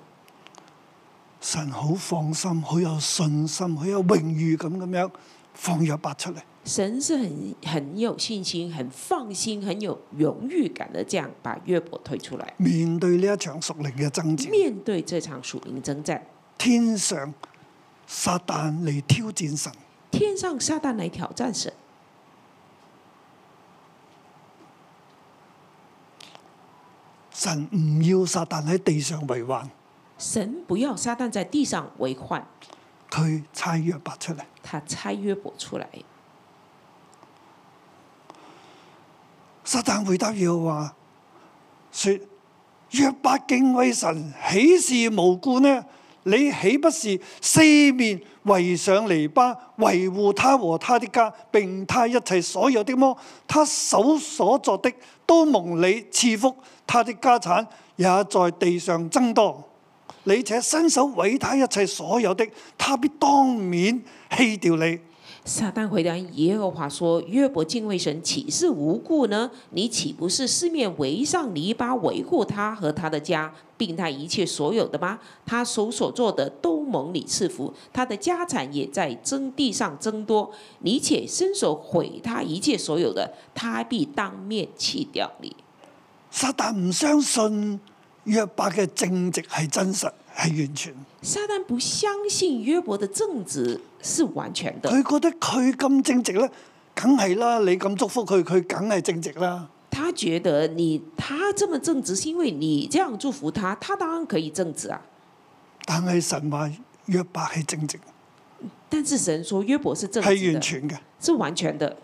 Speaker 2: 神好放心，好有信心，好有榮譽咁咁樣放約伯出嚟。
Speaker 3: 神是很很有信心、很放心、很有荣誉感的，这样把约伯推出来，
Speaker 2: 面對呢一場屬靈嘅爭戰。
Speaker 3: 面对这场属灵征战。
Speaker 2: 天上撒旦嚟挑戰神，
Speaker 3: 天上撒旦来挑战神，
Speaker 2: 神唔要撒旦喺地上為患，
Speaker 3: 神不要撒旦在地上为患，
Speaker 2: 佢差約伯出嚟。
Speaker 3: 他差约伯出来。
Speaker 2: 撒旦回答耶和華說：若伯敬畏神，豈是無故呢？你豈不是四面圍上籬笆，維護他和他的家，並他一切所有的麼？他手所作的都蒙你賜福，他的家產也在地上增多。你且伸手毀他一切所有的，他必當面棄掉你。
Speaker 3: 撒旦回答耶和华说：“约伯敬畏神，岂是无故呢？你岂不是四面围上篱笆，维护他和他的家，并他一切所有的吗？他手所做的都蒙你赐福，他的家产也在征地上增多。你且伸手毁他一切所有的，他必当面弃掉你。”
Speaker 2: 撒旦唔相信約伯嘅正直係真實係完全。
Speaker 3: 撒旦不相信约伯的正直是完全的，
Speaker 2: 佢覺得佢咁正直咧，梗係啦！你咁祝福佢，佢梗係正直啦。
Speaker 3: 他觉得你他这么正直是因为你这样祝福他，他当然可以正直啊。
Speaker 2: 但係神話約伯係正直，
Speaker 3: 但是神说约伯是正直
Speaker 2: 係
Speaker 3: 的，
Speaker 2: 完全嘅。
Speaker 3: 是完全的。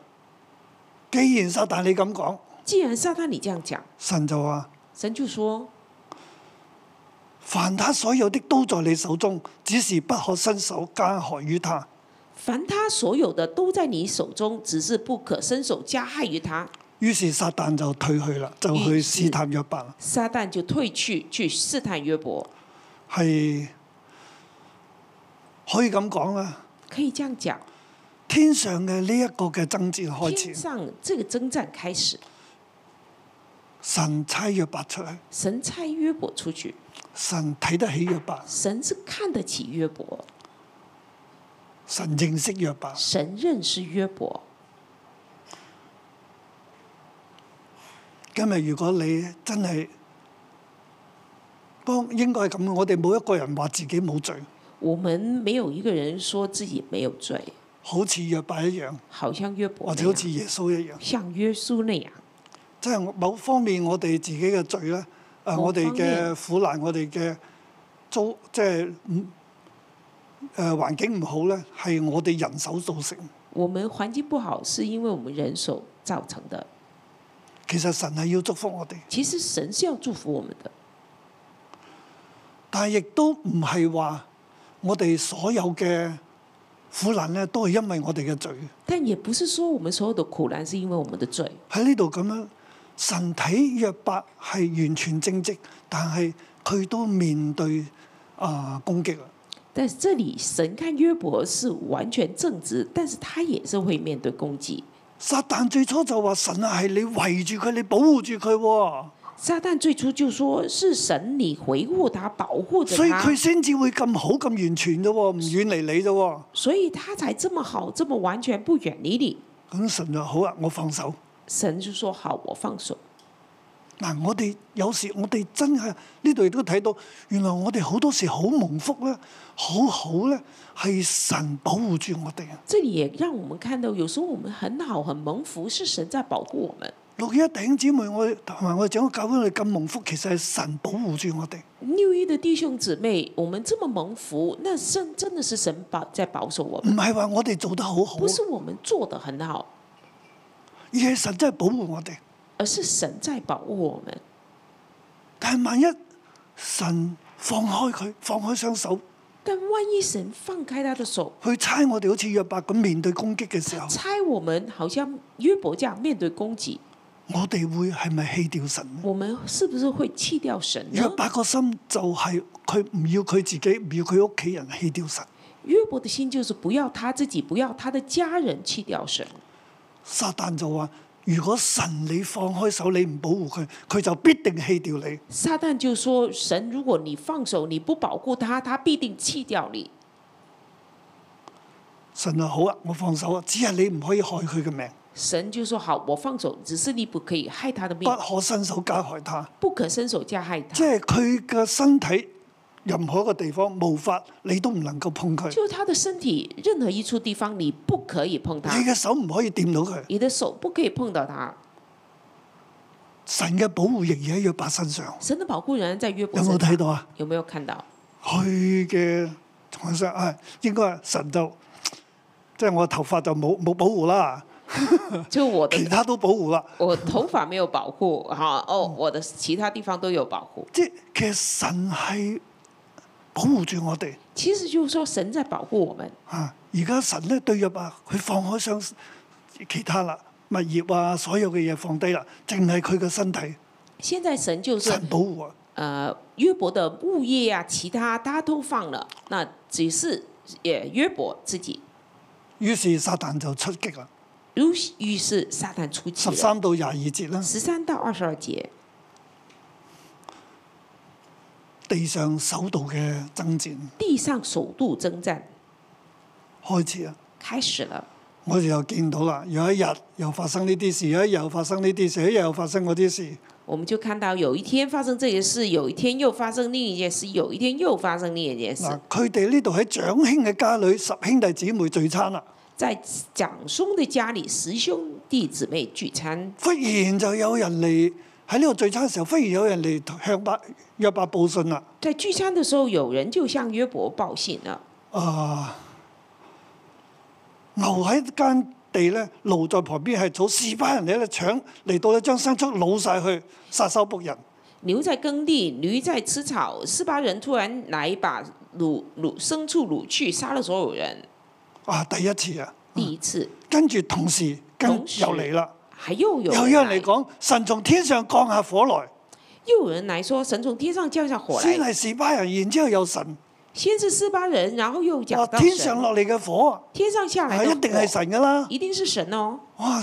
Speaker 2: 既然撒但你咁講，
Speaker 3: 既然撒旦你这样讲，
Speaker 2: 神就話：
Speaker 3: 神就说
Speaker 2: 凡他所有的都在你手中，只是不可伸手加害於他。
Speaker 3: 凡他所有的都在你手中，只是不可伸手加害于他。
Speaker 2: 於是撒但就退去啦，就去
Speaker 3: 於是
Speaker 2: 試探約伯啦。
Speaker 3: 撒旦就退去去试探约伯，
Speaker 2: 係可以咁講啊啦，
Speaker 3: 可以这样讲，
Speaker 2: 天上嘅呢一個嘅爭戰開
Speaker 3: 天
Speaker 2: 始，
Speaker 3: 上这个征战开始，
Speaker 2: 神差約伯出去，
Speaker 3: 神差约伯出去，
Speaker 2: 神睇得起約伯，
Speaker 3: 神是看得起约伯，
Speaker 2: 神認識約伯，
Speaker 3: 神认识约伯。
Speaker 2: 今日如果你真係幫，應該係咁嘅，我哋冇一個人話自己冇罪，
Speaker 3: 我们没有一个人说自己没有罪，
Speaker 2: 好似約伯一樣，
Speaker 3: 好像约伯
Speaker 2: 或
Speaker 3: 那
Speaker 2: 哦者好似
Speaker 3: 样，
Speaker 2: 耶穌一樣。
Speaker 3: 像约书那样，
Speaker 2: 即係某方面我哋自己嘅罪咧，誒、
Speaker 3: 某
Speaker 2: 我哋
Speaker 3: 方面
Speaker 2: 嘅苦難，我哋嘅遭即係唔誒環境唔好咧，係我哋人手造成。
Speaker 3: 我们环境不好是因为我们人手造成的。
Speaker 2: 其實神係要祝福我哋，
Speaker 3: 其实神是要祝福我们的，
Speaker 2: 但係亦都唔係話我哋所有嘅苦難咧，都係因為我哋嘅罪。
Speaker 3: 但也不是说我们所有的苦难是因为我们的罪。
Speaker 2: 喺呢度咁樣，神睇約伯係完全正直，但係佢都面對啊、攻擊啦。
Speaker 3: 但是这里神看约伯是完全正直，但是他也是会面对攻击。
Speaker 2: 撒旦最初就話：神啊，係你圍住佢，你保護住佢喎。
Speaker 3: 撒旦最初就说是神你回护他，保护着
Speaker 2: 所以佢
Speaker 3: 他，
Speaker 2: 先至會咁好咁完全啫喎，唔遠離你啫喎。
Speaker 3: 所以他才这么好，这么完全不远离你。
Speaker 2: 咁神就好啊，我放手。
Speaker 3: 神就说好，我放手。
Speaker 2: 嗱，我哋有時我哋真係呢度亦都睇到，原來我哋好多時好蒙福咧，好好咧，係神保護住我哋啊。
Speaker 3: 这里也让我们看到，有时候我们很好很蒙福，是神在保护我们。
Speaker 2: 六一弟兄姊妹，我哋同埋我哋整個教會，我哋咁蒙福，其實係神保護住我哋。
Speaker 3: 六一的弟兄姊妹，我们这么蒙福，那真真的是神保在保守我们，
Speaker 2: 唔係話嗯我哋做得好好，
Speaker 3: 不是我们做的很好，
Speaker 2: 而係神真係保護我哋。
Speaker 3: 而是神在保护我们。
Speaker 2: 但係萬一神放開佢，放開雙手
Speaker 3: 但万一神放开他的手，
Speaker 2: 去猜我哋，好似約伯咁面對攻擊嘅時
Speaker 3: [LAUGHS]
Speaker 2: 候。
Speaker 3: 猜我们好像约伯这样面对攻击，
Speaker 2: 我哋會係咪棄掉神呢？
Speaker 3: 我们是不是会弃掉神
Speaker 2: 約
Speaker 3: 呢？
Speaker 2: 伯個心就係佢唔要佢自己，唔要佢屋企人棄掉神。
Speaker 3: 约伯的心就是不要他自己，不要他的家人弃掉神。
Speaker 2: 撒旦就話：如果神你放開手，你唔保護佢，佢就必定棄掉你。
Speaker 3: 撒旦就说：“神，如果你放手，你不保护他，他必定弃掉你。
Speaker 2: 神啊，好啊，我放手啊，只係你唔可以害佢嘅命，”
Speaker 3: 神就说：“好，我放手，只是你不可以害他的命
Speaker 2: 不，可伸手加害他。
Speaker 3: 不可伸手加害
Speaker 2: 即
Speaker 3: 他。
Speaker 2: 係佢嘅身體任何一個地方無法，你都唔能夠碰佢，
Speaker 3: 就他的身体任何一处地方，你不可以碰
Speaker 2: 你
Speaker 3: 他，
Speaker 2: 嘅手唔可以掂到佢。
Speaker 3: 你的手不可以碰到他。
Speaker 2: 神嘅保護仍然喺約伯身上，
Speaker 3: 神的保护仍然在约伯
Speaker 2: 有
Speaker 3: 身
Speaker 2: 冇睇
Speaker 3: 上。
Speaker 2: 到啊？
Speaker 3: 有没有看到？
Speaker 2: 佢嘅同學生啊，應該係神就即係我頭髮就冇冇保護啦，
Speaker 3: 就我的
Speaker 2: 其他都保護啦。
Speaker 3: 我头发没有保护哈，哦，我的其他地方都有保护。
Speaker 2: 即係其實神係保護住我哋
Speaker 3: 其实就是说神在保护我们。
Speaker 2: 啊！而家神咧對入啊，佢放開雙其他啦，物業啊，所有嘅嘢放低啦，淨係佢嘅身體
Speaker 3: 现在神就是
Speaker 2: 神保護啊！
Speaker 3: 呃约伯的物业啊，其他大家都放了，那只是也约伯自己。
Speaker 2: 於是撒旦就出擊啦。
Speaker 3: 如于是撒旦出击
Speaker 2: 十
Speaker 3: 了。
Speaker 2: 三到廿二節啦，
Speaker 3: 十三到二十二节，
Speaker 2: 地上首度嘅爭戰
Speaker 3: 地上首度征战
Speaker 2: 開始啦。啊
Speaker 3: 开始了。
Speaker 2: 我哋又見到啦，有一日又發生呢啲事，有一日又發生呢啲事，有一日又發生嗰啲事。
Speaker 3: 我们就看到有一天发生这些事，有一天又发生另一件事，有一天又发生另一件事
Speaker 2: 嗱。，佢哋呢度喺長兄嘅家裏，十兄弟姊妹聚餐啦。
Speaker 3: 在长兄的家里，十兄弟姊妹聚餐，
Speaker 2: 忽然就有人嚟喺呢度聚餐嘅時候，忽然有人嚟向伯約伯報信啦。
Speaker 3: 在聚餐的时候，有人就向约伯报信了。
Speaker 2: 啊、牛喺間地咧，驢在旁邊係草，士班人嚟咧搶嚟到咧將牲畜擄晒去，殺收仆人。
Speaker 3: 牛在耕地，驴在吃草。四八人突然来把掳掳牲畜掳去，杀了所有人。
Speaker 2: 啊，第一次啊，
Speaker 3: 第一次，
Speaker 2: 跟住同時跟
Speaker 3: 同時
Speaker 2: 又嚟啦，
Speaker 3: 还又有
Speaker 2: 又
Speaker 3: 人
Speaker 2: 有
Speaker 3: 来
Speaker 2: 人嚟，講神從天上降下火來。
Speaker 3: 又有人来说，神从天上降下火
Speaker 2: 先
Speaker 3: 来，
Speaker 2: 係士巴人，然之後有神，
Speaker 3: 先是斯巴人，然后又讲
Speaker 2: 哇！
Speaker 3: 到
Speaker 2: 天上
Speaker 3: 神，
Speaker 2: 落嚟嘅火
Speaker 3: 天上下
Speaker 2: 啊，
Speaker 3: 来
Speaker 2: 係
Speaker 3: 的
Speaker 2: 一定係
Speaker 3: 火，
Speaker 2: 神噶啦。
Speaker 3: 一定是神哦。
Speaker 2: 哇！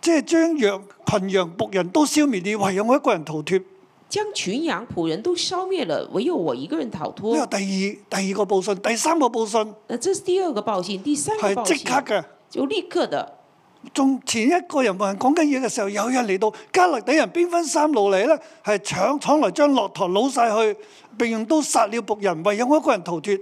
Speaker 2: 即係將羊群羊仆人都消滅了，唯有我一個人逃脱。呢
Speaker 3: 将群羊仆人都消灭了，唯有我一个人逃脱
Speaker 2: 個。第二第二個報信，第三個報信
Speaker 3: 那这是第二个报信，第三个报
Speaker 2: 係
Speaker 3: 信
Speaker 2: 即刻嘅。
Speaker 3: 就立刻的。
Speaker 2: 仲前一個人冇人講緊嘢嘅時候，有人嚟到加勒底人邊分三路嚟咧，係搶闖來將駱駝擄晒去，並用刀殺了仆人，唯有我一個人逃脱。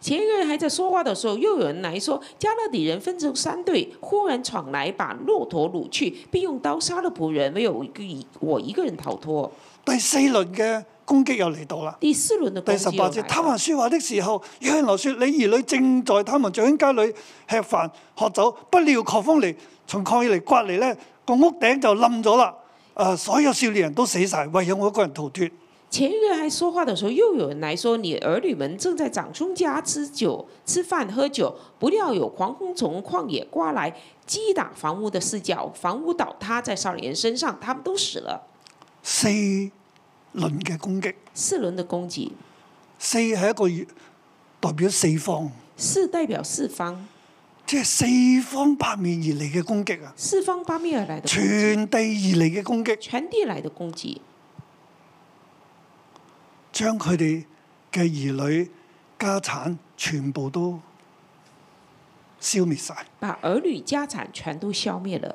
Speaker 3: 前一个人还在说话的时候，又有人来说，加勒底人分成三队，忽然闯来，把骆驼掳去，并用刀杀了仆人，唯有我一个我一个人逃脱。
Speaker 2: 第四輪嘅攻擊又嚟到啦。
Speaker 3: 第四轮的攻
Speaker 2: 第
Speaker 3: 击
Speaker 2: 十
Speaker 3: 又
Speaker 2: 八
Speaker 3: 来
Speaker 2: 節，
Speaker 3: 了
Speaker 2: 他們説話的時候，有人來說：你兒女正在他們長家裏吃飯喝酒，不料狂風嚟，從曠野嚟刮嚟咧，個屋頂就冧咗啦。誒、所有少年人都死晒，唯有我一個人逃脱。
Speaker 3: 前一个还说话的时候，又有人来说：“你儿女们正在长兄家吃酒、吃饭、喝酒，不料有狂风从旷野刮来，击打房屋的四角，房屋倒塌在少年人身上，他们都死了。
Speaker 2: 四輪嘅攻擊，”
Speaker 3: 四轮的攻击，
Speaker 2: 四係一個月代表四方，
Speaker 3: 四代表四方，
Speaker 2: 即係四方八面而嚟嘅攻擊啊，
Speaker 3: 四方八面而来的攻击，
Speaker 2: 全地而嚟嘅攻擊，
Speaker 3: 全地来的攻击，
Speaker 2: 將佢哋嘅兒女家產全部都消滅晒。
Speaker 3: 把儿女家产全都消灭了，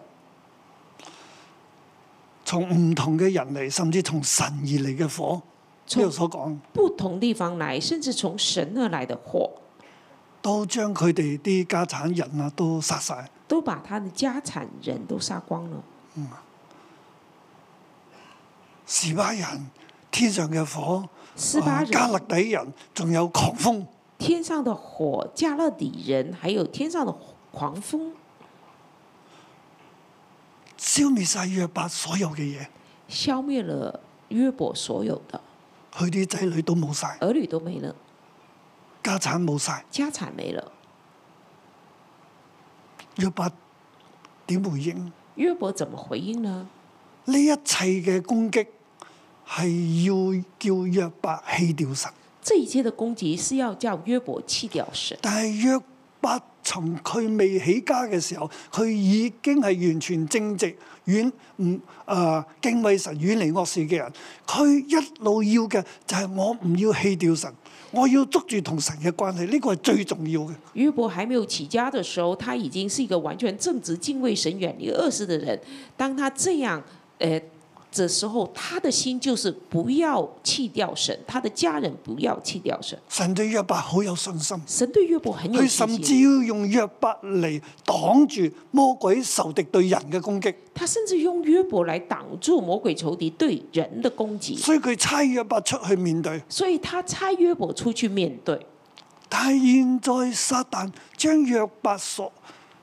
Speaker 2: 從唔同嘅人嚟，甚至從神而嚟嘅火，呢
Speaker 3: 從
Speaker 2: 度所講
Speaker 3: 不同地方来，甚至从神而来的火，
Speaker 2: 都將佢哋啲家產人啊都殺晒。
Speaker 3: 都把他的家产、人都杀光了。
Speaker 2: 示巴人、天上嘅火、
Speaker 3: 斯巴
Speaker 2: 啊
Speaker 3: 人
Speaker 2: 加勒底人，仲有狂風，
Speaker 3: 天上的火、加勒底人，还有天上的狂风，
Speaker 2: 消滅晒約伯所有嘅嘢，
Speaker 3: 消灭了约伯所有的
Speaker 2: 佢啲仔女都冇晒，
Speaker 3: 儿女都没了，
Speaker 2: 家產冇晒。
Speaker 3: 家产没了。
Speaker 2: 約伯點回應？
Speaker 3: 约伯怎么回应呢？
Speaker 2: 呢一切嘅攻擊係要叫約伯棄掉神，
Speaker 3: 这一切的攻击是要叫约伯弃掉神，
Speaker 2: 但係約伯從佢未起家嘅時候，佢已經係完全正直、遠唔啊敬畏神、遠離惡事嘅人。佢一路要嘅就係我唔要棄掉神，我要捉住同神嘅關係，呢、個係最重要嘅。
Speaker 3: 约伯还没有起家的时候，他已经是一个完全正直、敬畏神、远离恶事的人。当他这样，呃。的时候，他的心就是不要弃掉神，他的家人不要弃掉神。
Speaker 2: 神對約伯好有信心，
Speaker 3: 神对约伯很有
Speaker 2: 佢
Speaker 3: 信
Speaker 2: 甚
Speaker 3: 心。
Speaker 2: 至要用約伯嚟擋住魔鬼仇敵對人嘅攻擊，
Speaker 3: 他甚至用约伯来挡住魔鬼仇敌对人的攻击，
Speaker 2: 所以佢差約伯出去面對。
Speaker 3: 所以他差约伯出去面对。
Speaker 2: 但係現在撒旦將約伯所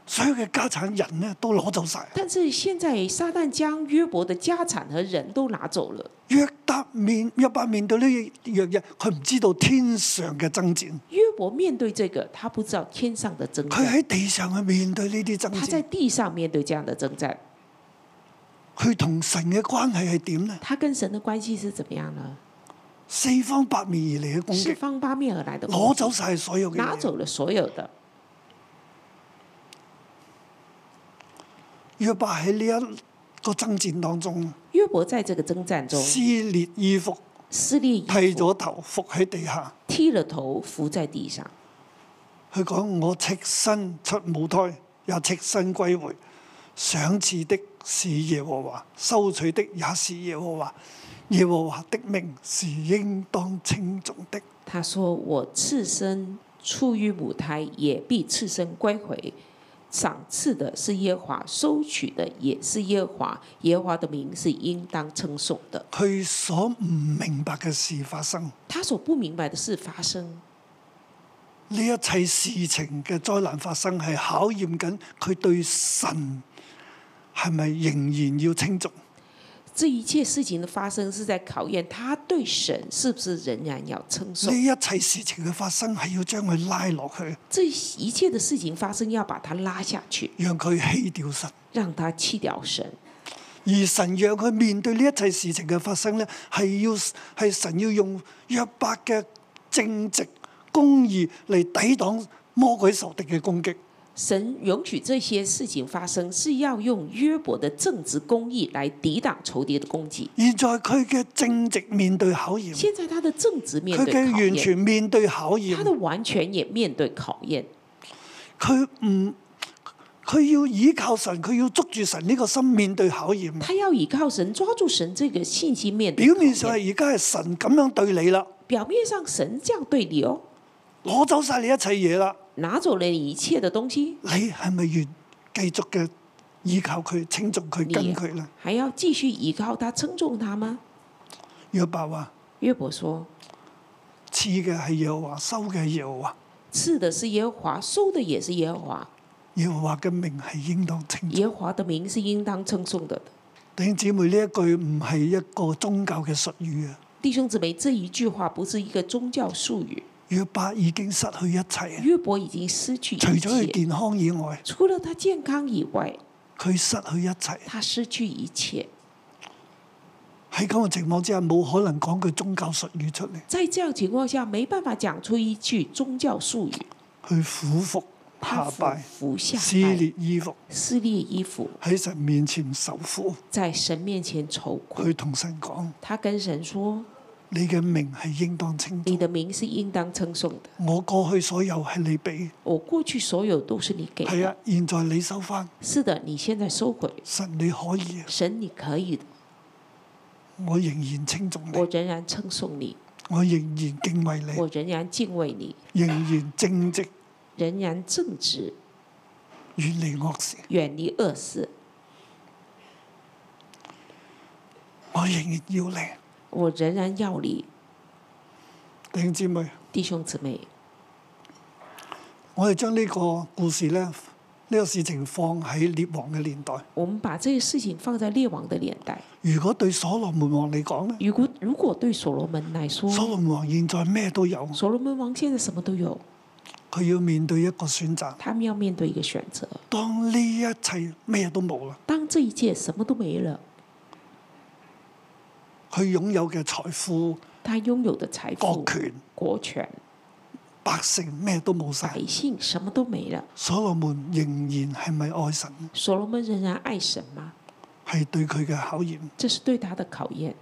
Speaker 2: 所有嘅家產人咧都攞走晒。
Speaker 3: 但是现在撒旦将约伯的家产和人都拿走了，
Speaker 2: 約伯面約伯面對呢樣嘢，佢唔知道天上嘅爭戰，
Speaker 3: 约伯面对这个，他不知道天上的征
Speaker 2: 佢
Speaker 3: 战，
Speaker 2: 喺地上去面對呢啲爭
Speaker 3: 嗯他在
Speaker 2: 戰，
Speaker 3: 地上面对这样的征战，
Speaker 2: 佢同神嘅關係係點呢？
Speaker 3: 他跟神的关系是怎么样呢？
Speaker 2: 四方八面而嚟嘅攻
Speaker 3: 四
Speaker 2: 擊，
Speaker 3: 方八面而来的攻击
Speaker 2: 攞走晒所有嘅
Speaker 3: 拿
Speaker 2: 嘢。
Speaker 3: 走了所有的。
Speaker 2: 約伯喺呢一個爭戰當中
Speaker 3: 约伯在这个征战中
Speaker 2: 撕裂衣服，
Speaker 3: 撕裂衣
Speaker 2: 剃
Speaker 3: 服，
Speaker 2: 咗頭，伏喺地下。
Speaker 3: 剃了头，伏在地上。
Speaker 2: 佢講：我赤身出母胎，也赤身歸回。賞賜的是耶和華，收取的也是耶和華。耶和華的名是應當稱重的。
Speaker 3: 他说：“我赤身出于母胎，也必赤身归回。赏赐的是耶和华，收取的也是耶和华。耶和华的名是应当称颂的。
Speaker 2: 佢所唔明白嘅事發生，”
Speaker 3: 他所不明白的事发生，
Speaker 2: 呢一切事情嘅災難發生，係考驗緊佢對神係咪仍然要稱重。
Speaker 3: 这一切事情的发生是在考验他对神是不是仍然要称
Speaker 2: 呢
Speaker 3: 颂。
Speaker 2: 一切事情嘅發生係要將佢拉落去，
Speaker 3: 这一切的事情发生，要把他拉下去，
Speaker 2: 讓佢棄掉神。
Speaker 3: 让他弃掉神。
Speaker 2: 而神讓佢面對呢一切事情嘅發生咧，係要係神要用約伯嘅正直公義嚟抵擋魔鬼仇敵嘅攻擊。
Speaker 3: 神容许这些事情发生，是要用约伯的正直公义来抵挡仇敌的攻击。
Speaker 2: 現在佢嘅正直面對考驗，
Speaker 3: 现在他的正直面
Speaker 2: 佢
Speaker 3: 对
Speaker 2: 嘅
Speaker 3: 考
Speaker 2: 完
Speaker 3: 验，
Speaker 2: 全面對考
Speaker 3: 他的
Speaker 2: 驗，
Speaker 3: 完全也面对考验。
Speaker 2: 佢唔佢要倚靠神，佢要捉住神呢個心面對考驗。
Speaker 3: 他要依靠神，抓住神这个信息面对
Speaker 2: 表
Speaker 3: 考
Speaker 2: 面上
Speaker 3: 验。
Speaker 2: 係而家係神咁樣對你啦，
Speaker 3: 表面上神这样对你哦，
Speaker 2: 攞走晒你一切嘢啦，
Speaker 3: 拿走了你一切的东西，
Speaker 2: 你係咪願繼續嘅依靠佢、稱重佢、跟佢呢？
Speaker 3: 还要继续依靠他、称重他吗？
Speaker 2: 約伯話：
Speaker 3: 约伯说
Speaker 2: 賜嘅係耶和華，收嘅係耶和華，：“
Speaker 3: 赐的是耶和华，收的也是耶和华。
Speaker 2: 耶和華嘅名係應當稱重。
Speaker 3: 耶和华的名是应当称颂的。
Speaker 2: 弟兄姊妹，呢一句唔係一個宗教嘅術語啊！”
Speaker 3: 弟兄姊妹，这一句话不是一个宗教术语。
Speaker 2: 約伯已經失去一切，啊
Speaker 3: 约伯已经失去一
Speaker 2: 除咗佢
Speaker 3: 切，
Speaker 2: 健康以外，
Speaker 3: 除了他健康以外，
Speaker 2: 佢失去一切。
Speaker 3: 他失去一切。
Speaker 2: 喺咁嘅情況之下，冇可能講句宗教術語出嚟
Speaker 3: 在这样情况下，没办法讲出一句宗教术语。
Speaker 2: 去俯伏
Speaker 3: 他
Speaker 2: 下
Speaker 3: 俯
Speaker 2: 拜、
Speaker 3: 伏下
Speaker 2: 撕
Speaker 3: 拜，
Speaker 2: 裂衣服，
Speaker 3: 撕裂衣服，
Speaker 2: 喺神面前受苦。
Speaker 3: 在神面前愁苦。
Speaker 2: 佢同神講：
Speaker 3: 他跟神说
Speaker 2: 你嘅名係應當稱：“
Speaker 3: 你
Speaker 2: 重，
Speaker 3: 的名是应当称颂的，
Speaker 2: 我過去所有係你俾，
Speaker 3: 我过去所有都是你给
Speaker 2: 係
Speaker 3: 的。
Speaker 2: 啊，現在你收翻，
Speaker 3: 是的，你现在收回，
Speaker 2: 神你可以，啊
Speaker 3: 神你可以的，
Speaker 2: 我仍然稱重
Speaker 3: 我
Speaker 2: 你，
Speaker 3: 仍然称颂你，
Speaker 2: 我仍然敬畏你，
Speaker 3: 我仍然敬畏你，
Speaker 2: 仍然正直，
Speaker 3: 仍然正直，
Speaker 2: 遠離惡事。
Speaker 3: 远离恶事。
Speaker 2: 我仍然要你，
Speaker 3: 我仍然要你，
Speaker 2: 弟兄姊妹，
Speaker 3: 弟兄姊妹。”
Speaker 2: 我哋將呢個故事咧，呢、呢個事情放喺列王嘅年代。
Speaker 3: 我们把这个事情放在列王的年代。
Speaker 2: 如果對所羅門王嚟講咧，
Speaker 3: 如果如果对所罗门来说，
Speaker 2: 所羅門王現在咩都有，
Speaker 3: 所罗门王现在什么都有，
Speaker 2: 佢要面對一個選擇。
Speaker 3: 他们要面对一个选择：
Speaker 2: 當呢一切咩都冇啦，
Speaker 3: 当这一切什么都没了，
Speaker 2: 佢擁有嘅財富、
Speaker 3: 他拥有的财富
Speaker 2: 國、權、
Speaker 3: 国权、
Speaker 2: 百姓咩都冇晒
Speaker 3: 百，姓什么都没了，
Speaker 2: 所羅門仍然係咪愛神呢？
Speaker 3: 所罗门仍然爱神吗？
Speaker 2: 係對佢嘅考驗。
Speaker 3: 这是对他的考验。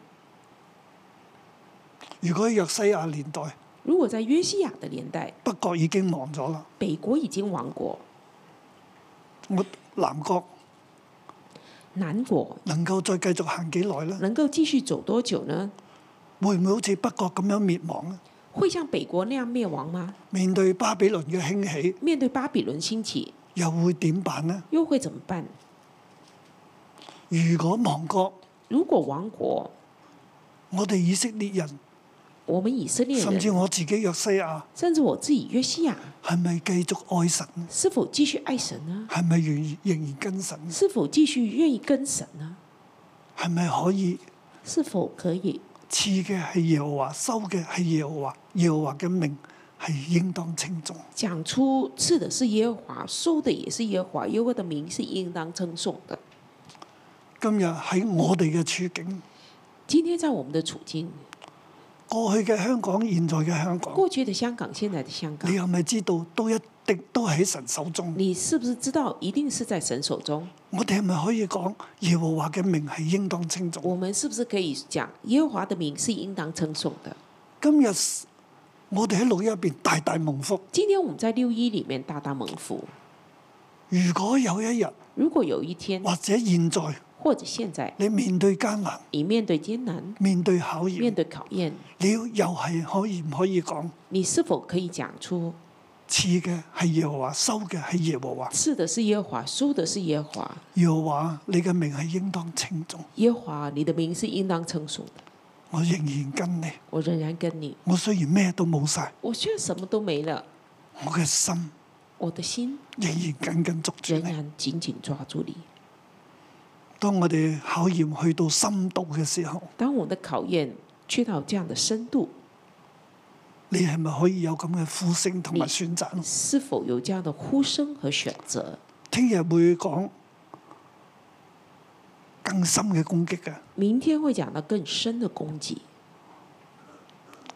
Speaker 2: 如果喺約西亞年代，
Speaker 3: 如果在约西亚的年代，
Speaker 2: 北國已經亡咗啦，
Speaker 3: 北国已经亡国，
Speaker 2: 我南國
Speaker 3: 南国
Speaker 2: 能夠再繼續行幾耐呢？
Speaker 3: 能够继续走多久呢？
Speaker 2: 會唔會好似北國咁樣滅亡呢？
Speaker 3: 会像北国那样灭亡吗？
Speaker 2: 面對巴比倫嘅興起，
Speaker 3: 面对巴比伦兴起，
Speaker 2: 又會點辦呢？
Speaker 3: 又会怎么办？
Speaker 2: 如果亡國，
Speaker 3: 如果亡国，
Speaker 2: 我哋以色列人，
Speaker 3: 我们以色列
Speaker 2: 甚至
Speaker 3: 人，
Speaker 2: 我自己約西亞，
Speaker 3: 甚至我自己约西亚，
Speaker 2: 係咪繼續愛神呢？
Speaker 3: 是否继续爱神呢？
Speaker 2: 係咪仍仍然跟神呢？
Speaker 3: 是否继续愿意跟神呢？
Speaker 2: 係咪可以
Speaker 3: 是否可以？
Speaker 2: 賜嘅係耶和華，收嘅係耶和華，耶和華嘅命係應當稱重。
Speaker 3: 讲出赐的是耶和华，收的也是耶和华，耶和华的名是应当称颂的。
Speaker 2: 今日喺我哋嘅處境，
Speaker 3: 今天在我们的处境，
Speaker 2: 過去嘅香港，現在嘅香港，
Speaker 3: 过去的香港，现在的香港
Speaker 2: 你，係咪知道都一定都喺神手中？
Speaker 3: 你是不是知道一定是在神手中？
Speaker 2: 我哋係咪可以講耶和華嘅命係應當稱重？
Speaker 3: 我们是不是可以讲耶和华的名是应当称颂的？
Speaker 2: 今日我哋喺六一入邊大大蒙福。
Speaker 3: 今天我们在六一里面大大蒙福。
Speaker 2: 如果有一日
Speaker 3: 如果有一天
Speaker 2: 或者現在
Speaker 3: 或者现在
Speaker 2: 你面對艱難、
Speaker 3: 你面对艰难，
Speaker 2: 面對考
Speaker 3: 面
Speaker 2: 驗，
Speaker 3: 对考验，
Speaker 2: 你要又係可以唔可以講
Speaker 3: 你是否可以讲出
Speaker 2: 賜嘅係耶和華，收嘅係耶和華。
Speaker 3: 赐的是耶和华，收的是耶和华？
Speaker 2: 耶和華，你嘅名係應當稱重，
Speaker 3: 耶和华，你的名是应当称颂的。
Speaker 2: 我仍然跟你。
Speaker 3: 我仍然跟你，
Speaker 2: 我雖然咩都冇晒，
Speaker 3: 我虽然什么都没了，
Speaker 2: 我嘅心
Speaker 3: 我的心
Speaker 2: 仍然緊緊捉住
Speaker 3: 仍
Speaker 2: 你。
Speaker 3: 然紧紧抓住你。
Speaker 2: 當我哋考驗去到深度嘅時候，
Speaker 3: 当我们的考验去到这样的深度，
Speaker 2: 你係咪可以有咁嘅呼聲同埋
Speaker 3: 你
Speaker 2: 選擇？
Speaker 3: 是否有这样的呼声和选择？
Speaker 2: 聽日會講更深嘅攻擊嘅。
Speaker 3: 明天会讲到更深的攻击。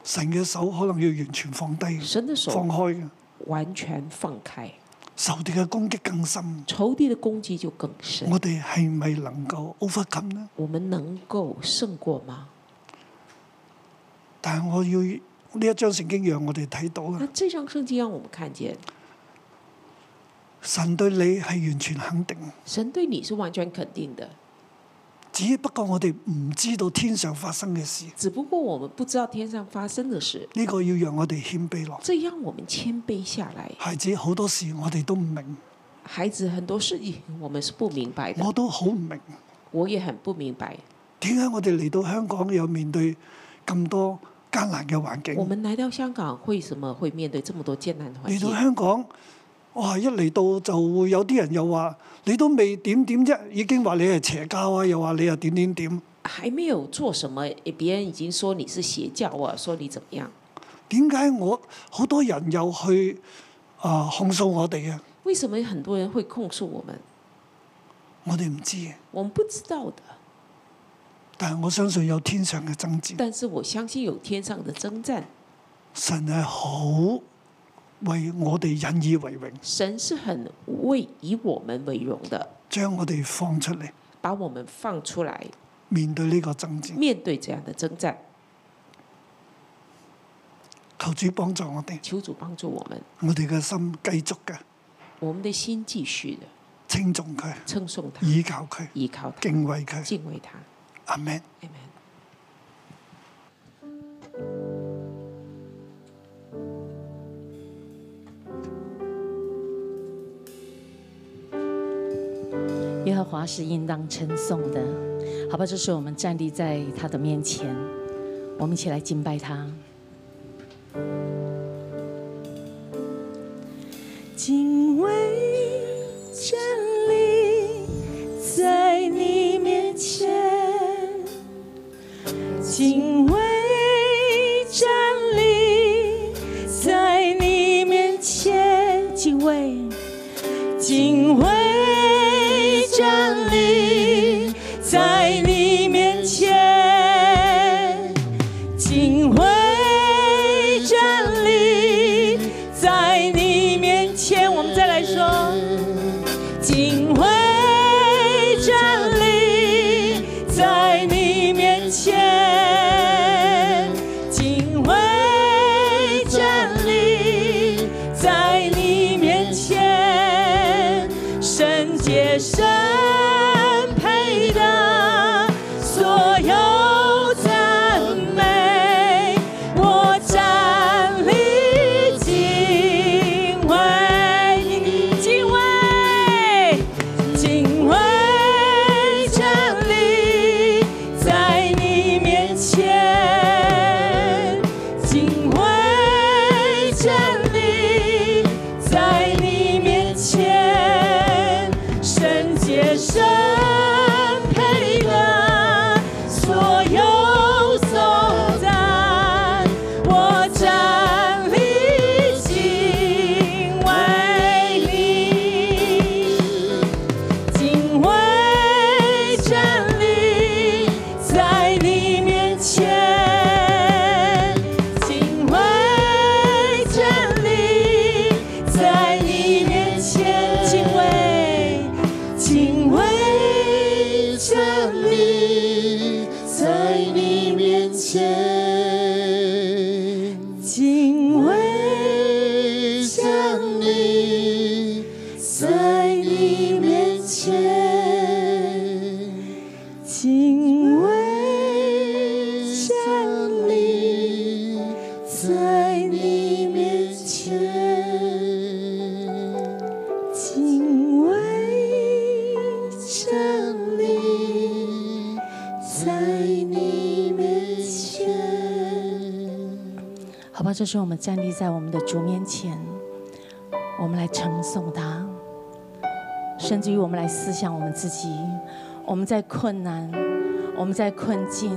Speaker 2: 神嘅手可能要完全放低、
Speaker 3: 神的
Speaker 2: 放
Speaker 3: 手
Speaker 2: 開嘅。
Speaker 3: 完全放開，
Speaker 2: 仇敵嘅攻擊更深，
Speaker 3: 仇敵的攻擊就更深。
Speaker 2: 我哋係咪能夠 overcome 呢？
Speaker 3: 我們能夠勝過嗎？
Speaker 2: 但係我要呢一章聖經讓我哋睇到
Speaker 3: 那
Speaker 2: 啦，
Speaker 3: 這張聖經讓我們看見，
Speaker 2: 神對你係完全肯定，
Speaker 3: 神對你是完全肯定的，
Speaker 2: 只不過我哋唔知道天上發生嘅事，
Speaker 3: 只不過我們不知道天上發生的事，
Speaker 2: 呢、個要讓我哋謙卑落。
Speaker 3: 這讓我們謙卑下來。
Speaker 2: 孩子好多事我哋都唔明，
Speaker 3: 孩子很多事情我們是不明白的，
Speaker 2: 我都好唔明，
Speaker 3: 我也很不明白。
Speaker 2: 點解我哋嚟到香港又面對咁多艱難嘅環境
Speaker 3: 我？們來到香港，為什麼會面對這麼多艱難環
Speaker 2: 嚟到
Speaker 3: 境？
Speaker 2: 香港，哇！一嚟到就會有啲人又話你都未點點啫，已經話你係邪教啊，又話你又點點點。
Speaker 3: 還沒有做什麼，別人已經說你是邪教啊，說你怎麼樣？
Speaker 2: 點解我好多人又去啊、控訴我哋啊？
Speaker 3: 為什麼很多人會控訴我們？
Speaker 2: 我哋唔知嘅，
Speaker 3: 我們不知道的，
Speaker 2: 但係我相信有天上嘅爭戰，
Speaker 3: 但是我相信有天上的征戰，
Speaker 2: 神係好為我哋引以為榮，
Speaker 3: 神是很為以我們為榮的，
Speaker 2: 將我哋放出嚟
Speaker 3: 把我們放出來，
Speaker 2: 面對呢個爭戰。
Speaker 3: 面對這樣的征戰。
Speaker 2: 求主幫助我哋，
Speaker 3: 求主幫助我們，
Speaker 2: 我哋嘅心繼續嘅
Speaker 3: 我們的心繼續的
Speaker 2: 稱重佢，
Speaker 3: 稱頌他，
Speaker 2: 倚靠佢，
Speaker 3: 依靠他，
Speaker 2: 敬畏佢。
Speaker 3: 敬畏他。
Speaker 2: 阿 Man。
Speaker 3: Amen。
Speaker 4: 耶和华是应当称颂的，好吧？这时候我们站立在他的面前，我们一起来敬拜他。
Speaker 5: 敬畏站立在你面前，敬畏站立在你面前，敬畏，敬畏站立在你面前。敬畏站立在你面前，我们再来说，敬畏站立在你面前，敬畏站立在你面前，圣洁神配的所有赞美，我站立敬畏你，敬畏。敬畏站立在你面前，敬畏站立在你面前，圣洁神配的所有颂赞，我站立敬畏你。敬畏站立在你面前，敬畏站立在你面前，敬畏，敬畏站立在你面前，敬畏站立。在你面前，敬畏站立在你面前，敬畏站立在你面前。
Speaker 4: 好吧，这时候我们站立在我们的主面前，我们来称颂他，甚至于我们来思想我们自己，我们在困难，我们在困境，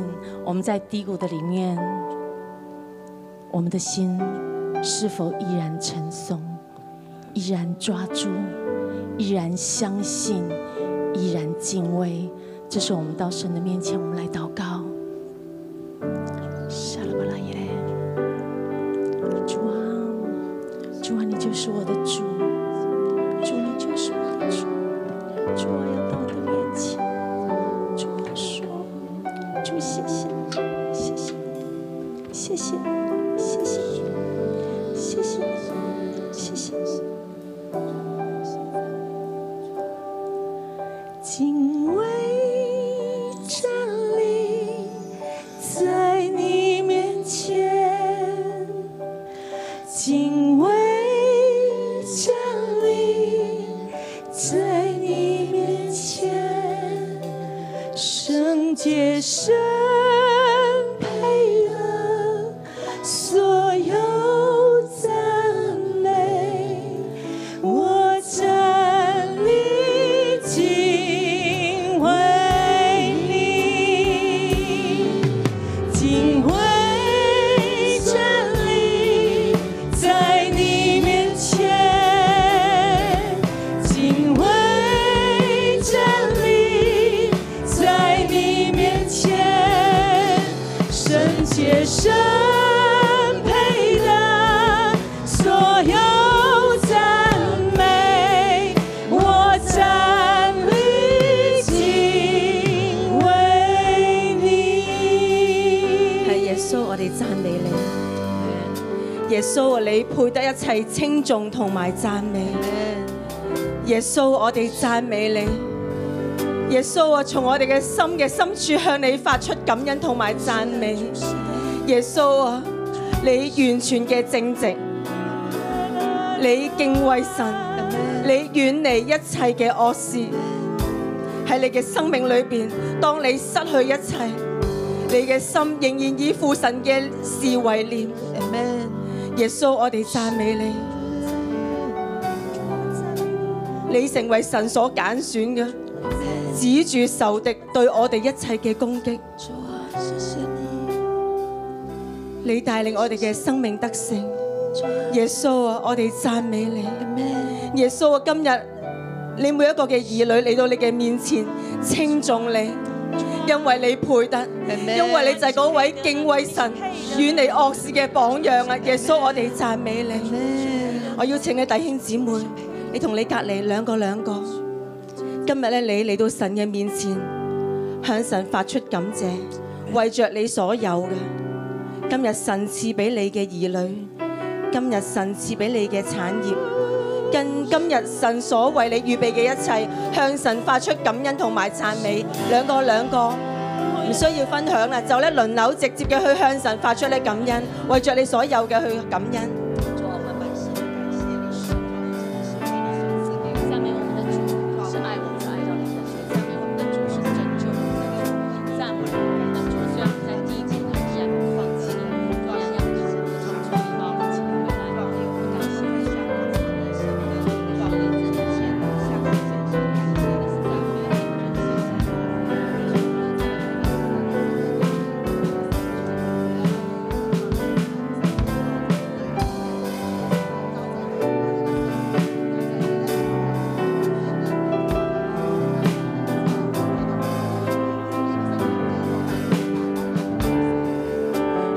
Speaker 4: 我们在低谷的里面，我们的心是否依然称颂，依然抓住，依然相信，依然敬畏？这时候我们到神的面前，我们来祷告。沙拉巴拉耶嘞。啊就是我的主，主你就是我的主，主我要到你的面前，主我要说，主谢谢你，谢谢你，谢谢你，谢谢你，谢谢你，谢谢你。
Speaker 5: 敬畏站立在你面前，敬畏站立在你面前，圣洁神配了所有赞美。我站立敬畏你，敬畏站立在你面前，敬畏站立在你面前，圣洁神配的所有。赞美，我站立敬畏你。
Speaker 1: 系耶穌，我哋讚美你。耶穌啊，你配得一切稱重同埋讚美。耶穌，我哋讚美你。耶穌啊，從我哋嘅心嘅深處向你發出感恩同埋讚美。耶穌啊，你完全嘅正直，你敬畏神，你遠離一切嘅惡事。喺你嘅生命裏邊，當你失去一切。你嘅心仍然以父神嘅事為念。耶穌，我哋讚美你，你成為神所揀選嘅，指住仇敵對我哋一切嘅攻擊。你帶領我哋嘅生命得勝。耶穌啊，我哋讚美你。耶穌啊，今日你每一個嘅兒女嚟到你嘅面前，稱重你。因為你配得，因為你就係嗰位敬畏神、遠離惡事嘅榜樣啊！耶穌，我哋讚美你。我邀請你弟兄姊妹，你同你隔離兩個兩個，今日咧你嚟到神嘅面前，向神發出感謝，為着你所有嘅。今日神賜俾你嘅兒女，今日神賜俾你嘅產業。近今日神所為你預備嘅一切，向神發出感恩同埋讚美，兩個兩個，唔需要分享啦，就咧輪流直接嘅去向神發出咧感恩，為着你所有嘅去感恩。
Speaker 6: 赞美我们的主是爱我们的，爱到底的神；赞美我们的主是拯救我们的主；赞美我们的主虽然在地界，他依然不放弃，依然要一直从主里把我们请回来。我们感谢你，我们一直献上感谢的是赞美，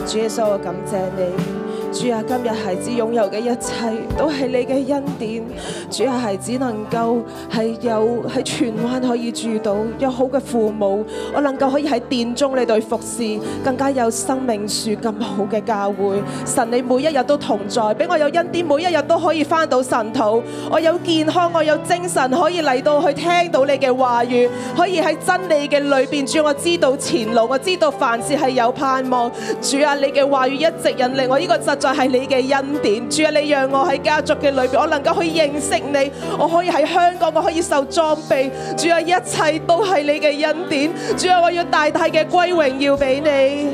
Speaker 7: 主耶穌，我感謝你。主啊，今日孩子擁有嘅一切都係你嘅恩典。主啊，孩子能夠係有喺荃灣可以住到有好嘅父母，我能夠可以喺殿中你對服侍，更加有生命樹咁好嘅教會。神，你每一日都同在，俾我有恩典，每一日都可以翻到神土。我有健康，我有精神，可以嚟到去聽到你嘅話語，可以喺真理嘅裏邊。主，我啊知道前路，我知道凡事係有盼望。主啊，你嘅話語一直引領我，呢、個實在係你嘅恩典。主啊，你讓我喺家族嘅裏邊，我能夠去認識你，我可以喺香港，我可以受裝備。主啊，一切都係你嘅恩典。主啊，我要大大嘅歸榮耀俾你。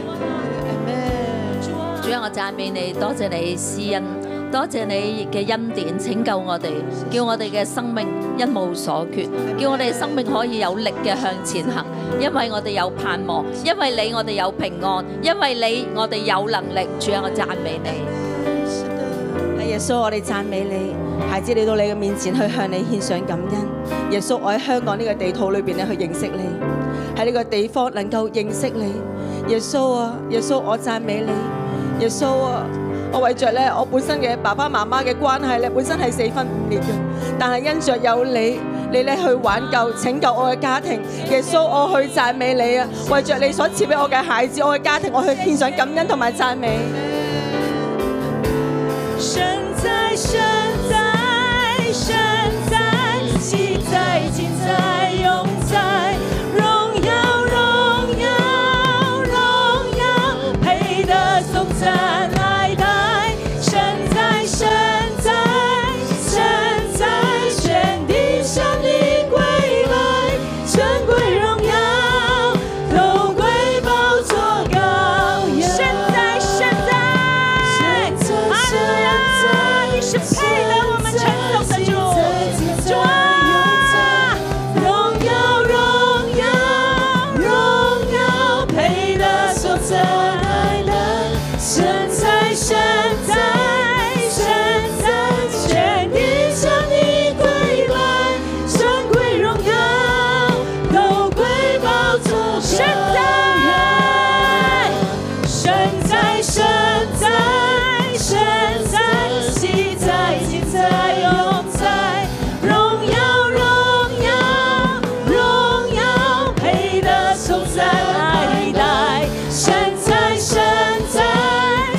Speaker 6: 主啊，我讚美你，多謝你施恩，多謝你嘅恩典拯救我哋，叫我哋嘅生命一無所缺，叫我哋生命可以有力嘅向前行，因為我哋有盼望，因為你我哋有平安，因為你我哋有能力。主啊，我讚美你。
Speaker 1: 係耶穌，我哋讚美你，孩子嚟到你嘅面前去向你獻上感恩。耶穌，我喺香港呢個地土裏邊咧去認識你，喺呢個地方能夠認識你。耶穌啊，耶穌，我讚美你。耶穌啊，
Speaker 8: 我為着咧我本身嘅爸爸媽媽嘅關係咧，本身係四分五裂嘅，但係因着有你，你咧去挽救、拯救我嘅家庭。耶穌，我去讚美你啊！為着你所賜俾我嘅孩子、我嘅家庭，我去獻上感恩同埋讚美。
Speaker 5: 神在，神在，神在，昔在，今在，永在，荣耀，荣耀，荣耀，配得颂赞爱戴。神在，神在，神在，全地向你归来，尊贵荣耀都归宝座羔羊。神在，神在。阿弥你是配得我们称颂的主，主啊，荣耀荣耀荣耀，配得所赞爱的神在神在神在，全地向你归来，尊贵荣耀都归宝座羔羊。神在，神在，神在，昔在，今在，永在，荣耀，荣耀，荣耀，配得颂赞爱戴。神在，神在，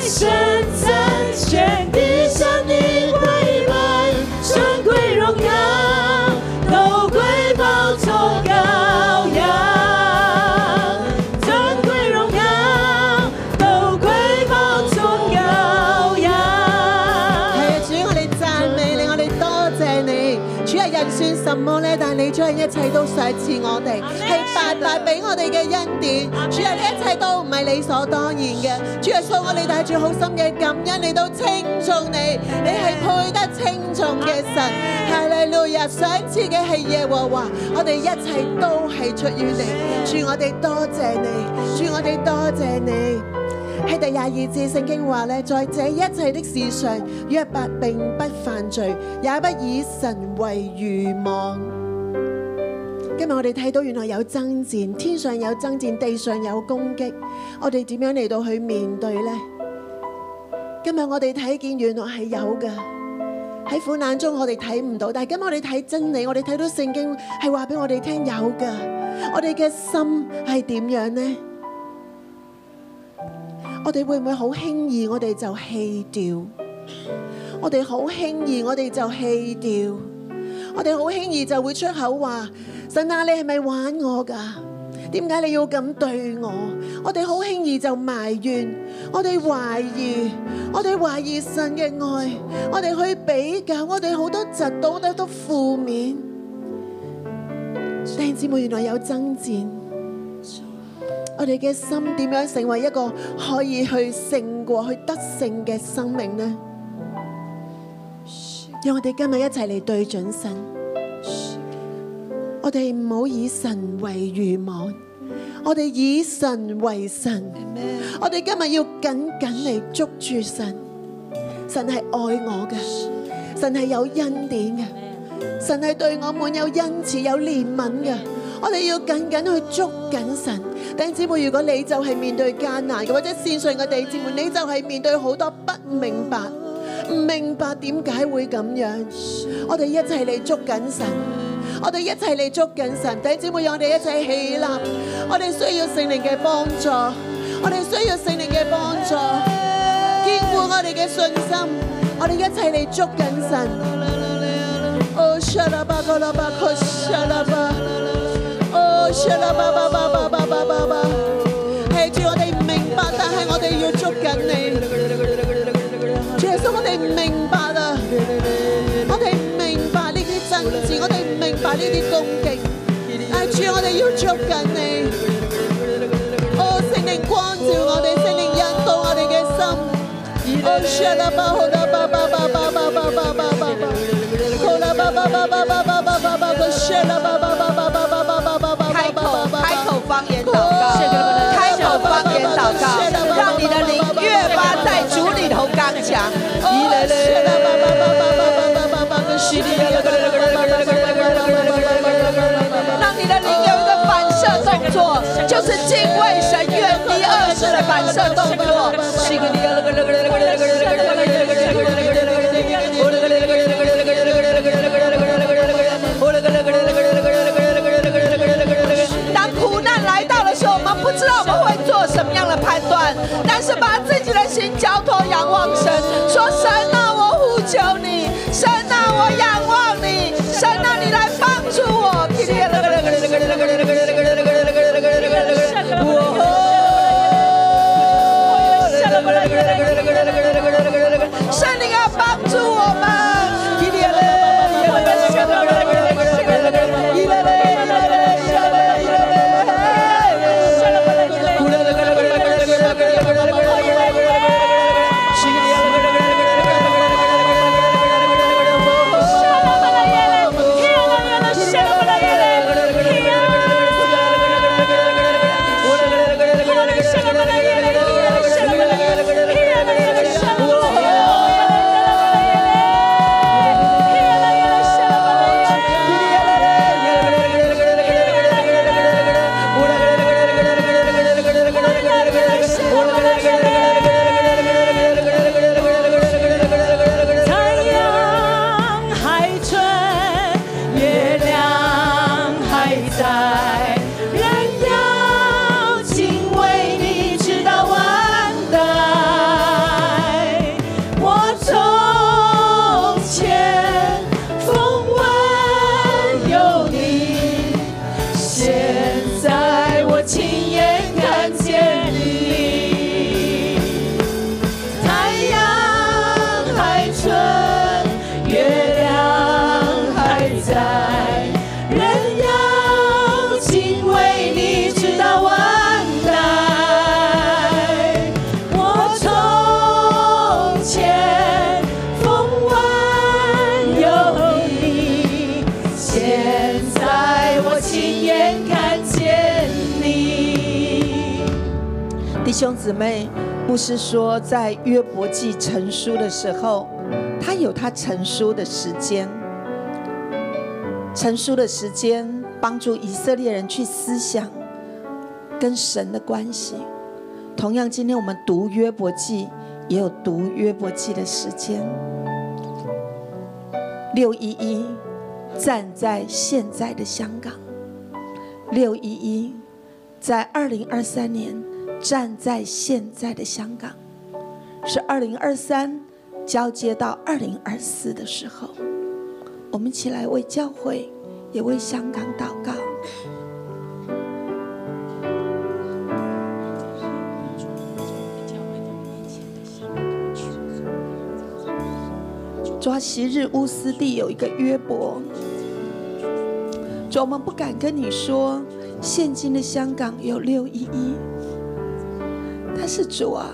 Speaker 5: 神在，全地向你归来，尊贵荣耀都归宝座羔羊。尊贵荣耀都归宝座羔
Speaker 9: 系
Speaker 5: 羊。
Speaker 9: 啊，主，我哋赞美你，我哋多謝你。主啊，人算什麼呢？但係你主啊，一切都賞賜我哋，係白白俾我哋嘅恩典。主啊，呢一切都唔係理所當然嘅。主啊，所以我哋帶住好心嘅感恩嚟到稱頌你，你係配得稱頌嘅神。哈利路亞，賞賜嘅係耶和華，我哋一切都係出於你。主，我哋多謝你，主，我哋多謝你。喺第廿二節聖經話咧，在這一切的事上，約伯並不犯罪，也不以神為愚妄。今日我哋睇到原來有爭戰，天上有爭戰，地上有攻擊，我哋點樣嚟到去面對呢？今日我哋睇見原來係有嘅，喺苦難中我哋睇唔到，但係今日我哋睇真理，我哋睇到聖經係話俾我哋聽有嘅，我哋嘅心係點樣呢？我哋會唔會好輕易我哋就棄掉？我哋好輕易我哋就棄掉，我哋好輕易就會出口話：神啊，你係咪玩我㗎？點解你要咁對我？我哋好輕易就埋怨，我哋懷疑，我哋懷疑神嘅愛，我哋去比較，我哋好多窒到，我哋好多負面。弟兄姊妹，原來有爭戰。我哋嘅心點樣成為一個可以去勝過、去得勝嘅生命呢？讓我哋今日一齊嚟對準神，我哋唔好以神為愚妄，我哋以神為神。我哋今日要緊緊嚟捉住神，神係愛我嘅，神係有恩典嘅。神係對我滿有恩慈、有憐憫嘅。我哋要緊緊去捉緊神。弟兄姊妹，如果你就係面對艱難嘅，或者線上嘅弟兄姊妹，你就係面對好多不明白、唔明白點解會咁樣，我哋一齊嚟捉緊神。我哋一齊嚟捉緊神，弟兄姊妹，讓我哋一齊起立。我哋需要聖靈嘅幫助，我哋需要聖靈嘅幫助，堅固我哋嘅信心。我哋一齊嚟捉緊神。哦，沙拉巴格拉巴克沙拉巴，哦，沙拉巴巴巴巴巴巴巴巴，係主，我哋唔明白，但係我哋要捉緊你。主耶穌，我哋唔明白啊，我哋唔明白呢啲爭戰，我哋唔明白呢啲攻擊，但係主，我哋要捉緊你。哦，聖靈光照我哋，聖靈引導我哋嘅心。哦，沙拉巴好啦巴巴巴巴巴巴巴巴巴。开口，开口方言祷告，开口方言祷告，让你的灵越发在主里头刚强。让你的灵有一个反射动作，就是敬畏神、远离恶事的反射动作。
Speaker 5: 不知道我们会做什么样的判断，但是把自己的心交托仰望神，说神啊，我呼求你，神啊，我仰望你，神啊，你来帮助我。圣灵啊，帮助我们！ [LAUGHS]
Speaker 8: 太阳还存，月亮还在，人要敬畏你直到万代。我从前风闻有你，现在我亲眼看见你。太阳还存，月亮还在，人要敬畏你直到万代。我从前风闻有你，现在我亲眼看见你。弟兄姊妹，牧师说，在约伯记成书的时候，他有他成书的时间，成书的时间帮助以色列人去思想跟神的关系。同样，今天我们读约伯记，也有读约伯记的时间。六一一，站在现在的香港，六一一，在二零二三年站在现在的香港，是二零二三交接到二零二四的时候，我们起来为教会，也为香港祷告。主啊，昔日乌斯地有一个约伯，主啊，我们不敢跟你说，现今的香港有六一一，但是主啊，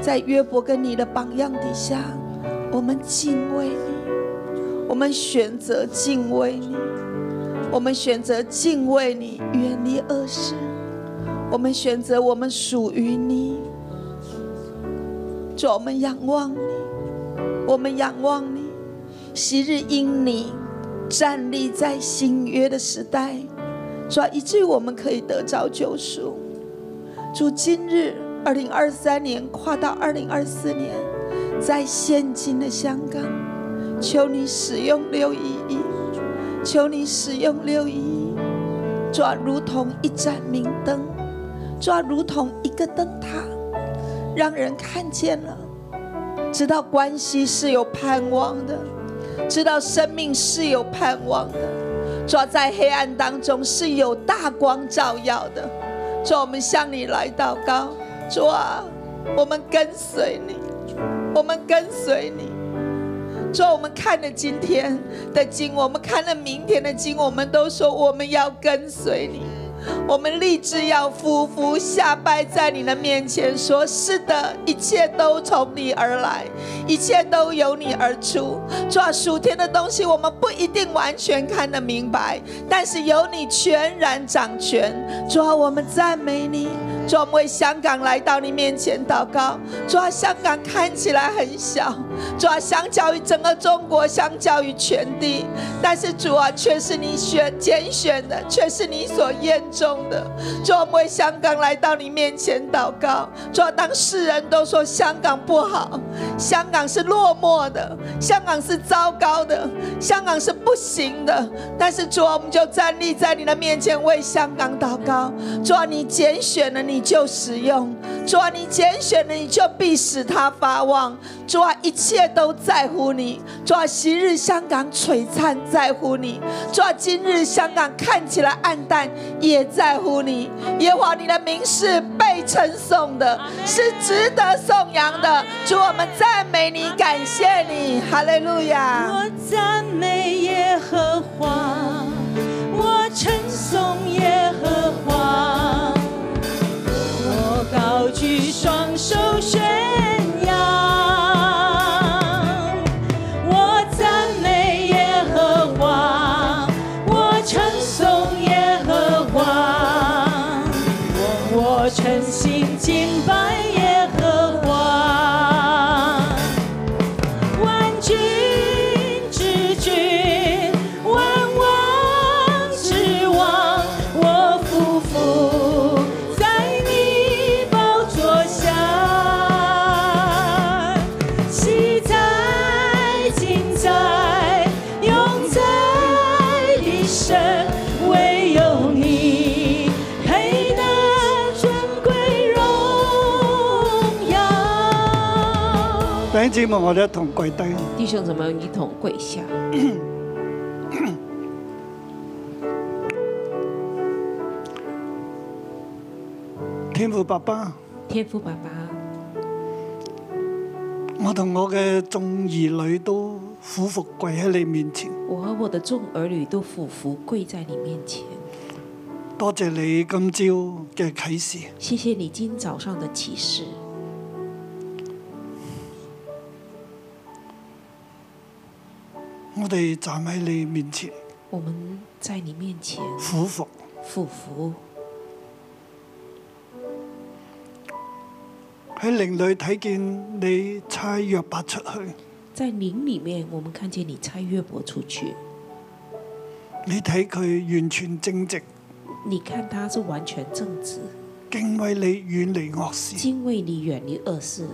Speaker 8: 在约伯跟你的榜样底下，我们敬畏你，我们选择敬畏你，我们选择敬畏你，远离恶事，我们选择我们属于你，主啊，我们仰望你。我们仰望你，昔日因你站立在新约的时代，主啊，以至于我们可以得着救赎。主，今日二零二三年跨到二零二四年，在现今的香港，求你使用六一一，求你使用六一一，主啊，如同一盏明灯，主啊，如同一个灯塔，让人看见了。知道关系是有盼望的，知道生命是有盼望的。主啊在黑暗当中是有大光照耀的。主啊，我们向你来祷告，主啊，我们跟随你，我们跟随你。主啊，我们看了今天的经，我们看了明天的经，我们都说我们要跟随你。我们立志要夫妇下拜在你的面前，说：“是的，一切都从你而来，一切都由你而出。”主啊，属天的东西我们不一定完全看得明白，但是由你全然掌权。主啊，我们赞美你。主啊，我们为香港来到你面前祷告。主啊，香港看起来很小，主啊，相较于整个中国，相较于全地，但是主啊，却是你选拣选的，却是你所厌中的。主啊，我们为香港来到你面前祷告。主啊，当世人都说香港不好，香港是落寞的，香港是糟糕的，香港是不行的，但是主啊，我们就站立在你的面前为香港祷告。主啊，你拣选了，你就使用；主啊，你拣选了，你就必使他发旺。主啊，一切都在乎你。主啊，昔日香港璀璨在乎你；主啊，今日香港看起来暗淡也在乎你。耶和华，你的名是被称颂的，是值得颂扬的。主，我们赞美你，感谢你，哈利路亚。
Speaker 5: 我赞美耶和华，我称颂耶和华，我高举双手宣扬。我赞美耶和华，我称颂耶和华，我诚心敬拜耶和华。万军之君，万王之王，我匍匐在你宝座下，昔在、今在、永在一生，唯有你配得尊贵荣耀。
Speaker 2: 弟兄姊妹，我哋一同跪低。
Speaker 3: 弟兄姊妹一同跪下。
Speaker 2: 天父爸爸，
Speaker 3: 天父爸爸，
Speaker 2: 我同我嘅眾兒女都俯伏跪喺你面前，
Speaker 3: 我和我的众儿女都俯伏跪在你面前，
Speaker 2: 多謝你今朝嘅啟示。
Speaker 3: 谢谢你今早上的启示。
Speaker 2: 我哋站喺你面前
Speaker 3: 我们在你面前
Speaker 2: 俯伏，
Speaker 3: 俯伏，
Speaker 2: 喺靈裏睇見你差約伯出去，
Speaker 3: 在灵里面，我们看见你差约伯出去，
Speaker 2: 你睇佢完全正直，
Speaker 3: 你看他是完全正直，
Speaker 2: 敬畏你，遠離惡事。
Speaker 3: 敬畏你，远离恶事。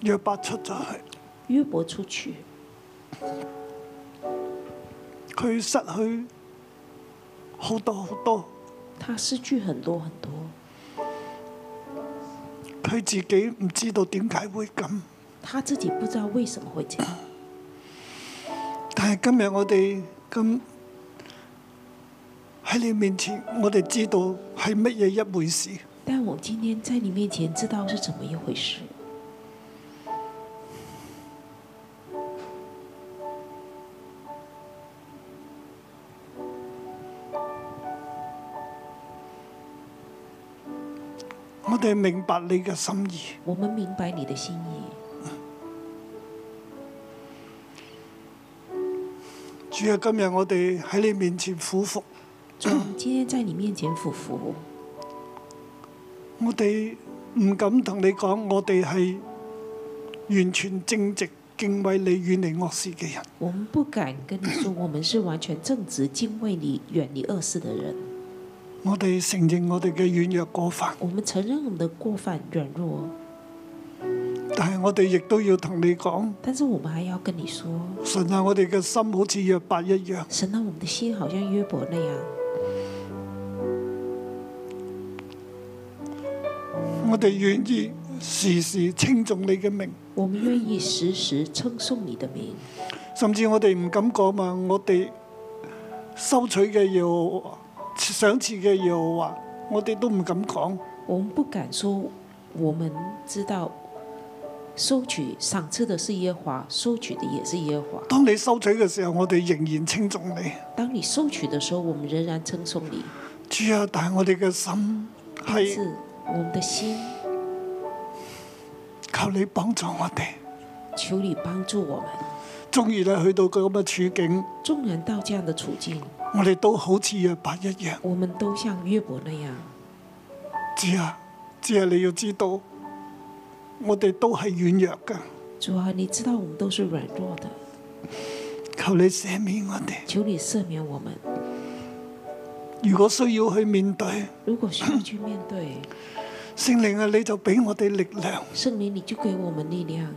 Speaker 2: 約伯出咗去，
Speaker 3: 约伯出去，
Speaker 2: 佢失去好多好多，
Speaker 3: 他失去很多很多，
Speaker 2: 佢自己唔知道點解會咁。
Speaker 3: 他自己不知道为什么会这样。
Speaker 2: 但係今日我哋咁喺你面前，我哋知道係乜嘢一回事。
Speaker 3: 但我今天在你面前知道是怎么一回事。
Speaker 2: 我哋明白你嘅心意，
Speaker 3: 我们明白你的心意，
Speaker 2: 主啊，今日我哋喺你面前俯伏，
Speaker 3: 主啊，我们今天在你面前俯伏，
Speaker 2: 我哋唔敢同你講，我哋係完全正直、敬畏你、遠離惡事嘅人。
Speaker 3: 我们不敢跟你说我们是完全正直、敬畏你、远离恶事的人。
Speaker 2: 我哋承認我哋嘅軟弱過犯，
Speaker 3: 我们承认我们的过犯、软弱，
Speaker 2: 但係我哋亦都要同你講，
Speaker 3: 但是我们还要跟你说，
Speaker 2: 神啊，我哋嘅心好似約伯一樣，
Speaker 3: 神啊，我们的心好像约伯那样，
Speaker 2: 我哋願意時時稱重你嘅名。
Speaker 3: 我们愿意时时称颂你的名，
Speaker 2: 甚至我哋唔敢講嘛，我哋收取嘅耶和華賞賜嘅耶和華，我哋都唔敢講。
Speaker 3: 我们不敢说我们知道收取赏赐的是耶和华，收取的也是耶和华。
Speaker 2: 當你收取嘅時候，我哋仍然稱重你，
Speaker 3: 当你收取的时候，我们仍然称颂你，
Speaker 2: 主啊！但係我哋嘅心
Speaker 3: 但
Speaker 2: 係
Speaker 3: 是我们的心，
Speaker 2: 求你幫助我哋。
Speaker 3: 求你帮助我们。
Speaker 2: 縱然係去到咁嘅處境，
Speaker 3: 纵然到这样的处境，
Speaker 2: 我哋都好似約伯一樣。
Speaker 3: 我们都像约伯那样，
Speaker 2: 主啊，只係你要知道，我哋都係軟弱嘅，
Speaker 3: 主啊，你知道我们都是软弱的，
Speaker 2: 求你赦免我哋。
Speaker 3: 求你赦免我们。
Speaker 2: 如果需要去面對，
Speaker 3: 如果需要去面对，
Speaker 2: 聖靈啊，你就俾我哋力量，
Speaker 3: 圣灵你就给我们力量，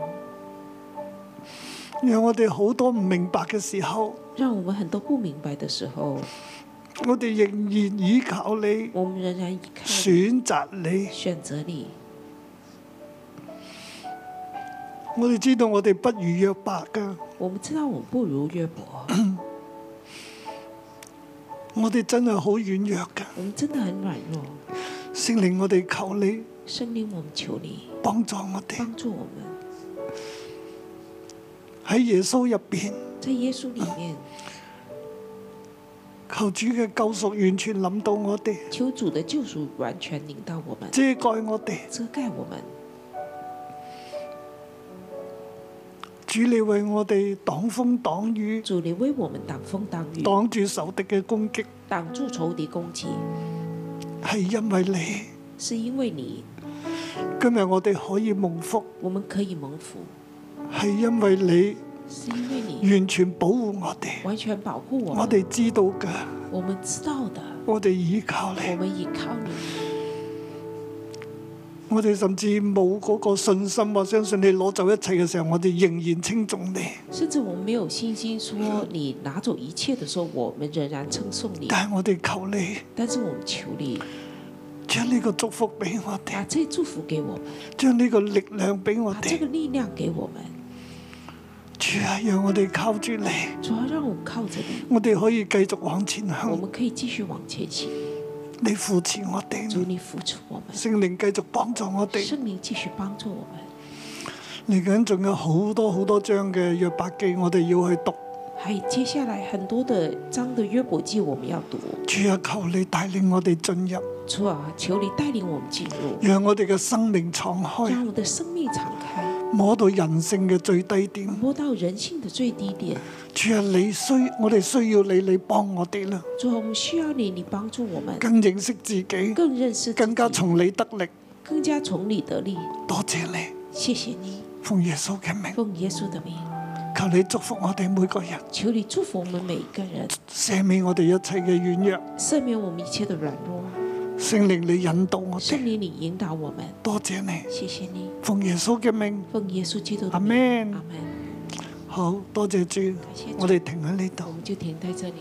Speaker 2: 讓我哋好多唔明白嘅時候，
Speaker 3: 让我们很多不明白的时候，
Speaker 2: 我哋仍然依靠你，
Speaker 3: 我们仍然依靠你
Speaker 2: 選擇你。
Speaker 3: 选择你。
Speaker 2: 我哋知道我哋不如約伯噶，
Speaker 3: 我们知道我们不如约伯， [COUGHS]
Speaker 2: 我哋真係好軟弱噶。
Speaker 3: 我们真的很软弱。
Speaker 2: 聖靈，我哋求你
Speaker 3: 圣灵，我们求你
Speaker 2: 幫助我哋
Speaker 3: 帮助我们，
Speaker 2: 喺耶穌入邊，
Speaker 3: 在耶稣里面
Speaker 2: 求主嘅救贖完全諗到我哋，
Speaker 3: 求主的救赎完全领到我们，
Speaker 2: 遮蓋我哋。
Speaker 3: 遮盖我们。
Speaker 2: 主你為我哋擋風擋雨，
Speaker 3: 主，你为我们挡风挡雨，
Speaker 2: 擋住仇敵嘅攻擊，
Speaker 3: 挡住仇敌攻击，
Speaker 2: 係因為你。
Speaker 3: 是因为你，
Speaker 2: 今日我哋可以蒙福，
Speaker 3: 我们可以蒙福，
Speaker 2: 係因為你
Speaker 3: 是因为你
Speaker 2: 完全保護我哋。
Speaker 3: 完全保护我
Speaker 2: 我
Speaker 3: 们。
Speaker 2: 哋知道㗎，
Speaker 3: 我们知道的，
Speaker 2: 我哋依靠
Speaker 3: 我
Speaker 2: 你，
Speaker 3: 们依靠你，
Speaker 2: 我哋甚至冇嗰個信心我相信你攞走一切嘅時候，我哋仍然稱重你。
Speaker 3: 甚至我们没有信心说你拿走一切的时候，我们仍然称颂你。
Speaker 2: 但係我哋求你
Speaker 3: 但是我们求你
Speaker 2: 將呢個祝福俾我
Speaker 3: 把
Speaker 2: 哋，
Speaker 3: 这祝福给我们，
Speaker 2: 將呢個力量俾我
Speaker 3: 把哦这个
Speaker 2: 哋。
Speaker 3: 力量给我们，
Speaker 2: 主啊，讓我哋靠住你，
Speaker 3: 主要让我们靠着你，
Speaker 2: 我哋可以繼續往前
Speaker 3: 我
Speaker 2: 行。
Speaker 3: 们可以继续往前行。
Speaker 2: 你扶持我哋，
Speaker 3: 主，你扶持我们，
Speaker 2: 聖靈繼續幫助我哋。
Speaker 3: 圣灵继续帮助我们，
Speaker 2: 嚟緊仲有好多好多章嘅約伯記，我哋要去讀。
Speaker 3: 还有接下来很多的章的约伯记我们要读。
Speaker 2: 主啊，求你帶領我哋進入，
Speaker 3: 主啊，求你带领我们进入，
Speaker 2: 讓我哋嘅生命敞
Speaker 3: 让我
Speaker 2: 開，
Speaker 3: 们的生命敞开，
Speaker 2: 摸到人性嘅最低點。
Speaker 3: 摸到人性的最低点。
Speaker 2: 主啊，你需我哋需要你，你幫我哋啦，
Speaker 3: 主啊，我们需要你，你帮助我们
Speaker 2: 更認識自己，
Speaker 3: 更认识自己
Speaker 2: 更加從你得力。
Speaker 3: 更加从你得力。
Speaker 2: 多謝你，
Speaker 3: 谢谢你，
Speaker 2: 奉耶穌嘅名，
Speaker 3: 奉耶稣的名，
Speaker 2: 求你祝福我哋每個人，
Speaker 3: 求你祝福我们每一个人，
Speaker 2: 赦免我哋一切嘅軟弱。
Speaker 3: 赦免我们一切的软弱。
Speaker 2: 聖靈，你引導我
Speaker 3: 圣
Speaker 2: 哋，
Speaker 3: 灵，你引导我们，
Speaker 2: 多謝你，
Speaker 3: 谢谢你，
Speaker 2: 奉耶穌嘅名。
Speaker 3: 奉耶稣基督的
Speaker 2: 阿
Speaker 3: 名，
Speaker 2: 門
Speaker 3: 阿门。
Speaker 2: 好多謝主
Speaker 3: 謝主，
Speaker 2: 我哋停喺呢度
Speaker 3: 我。们就停在这里。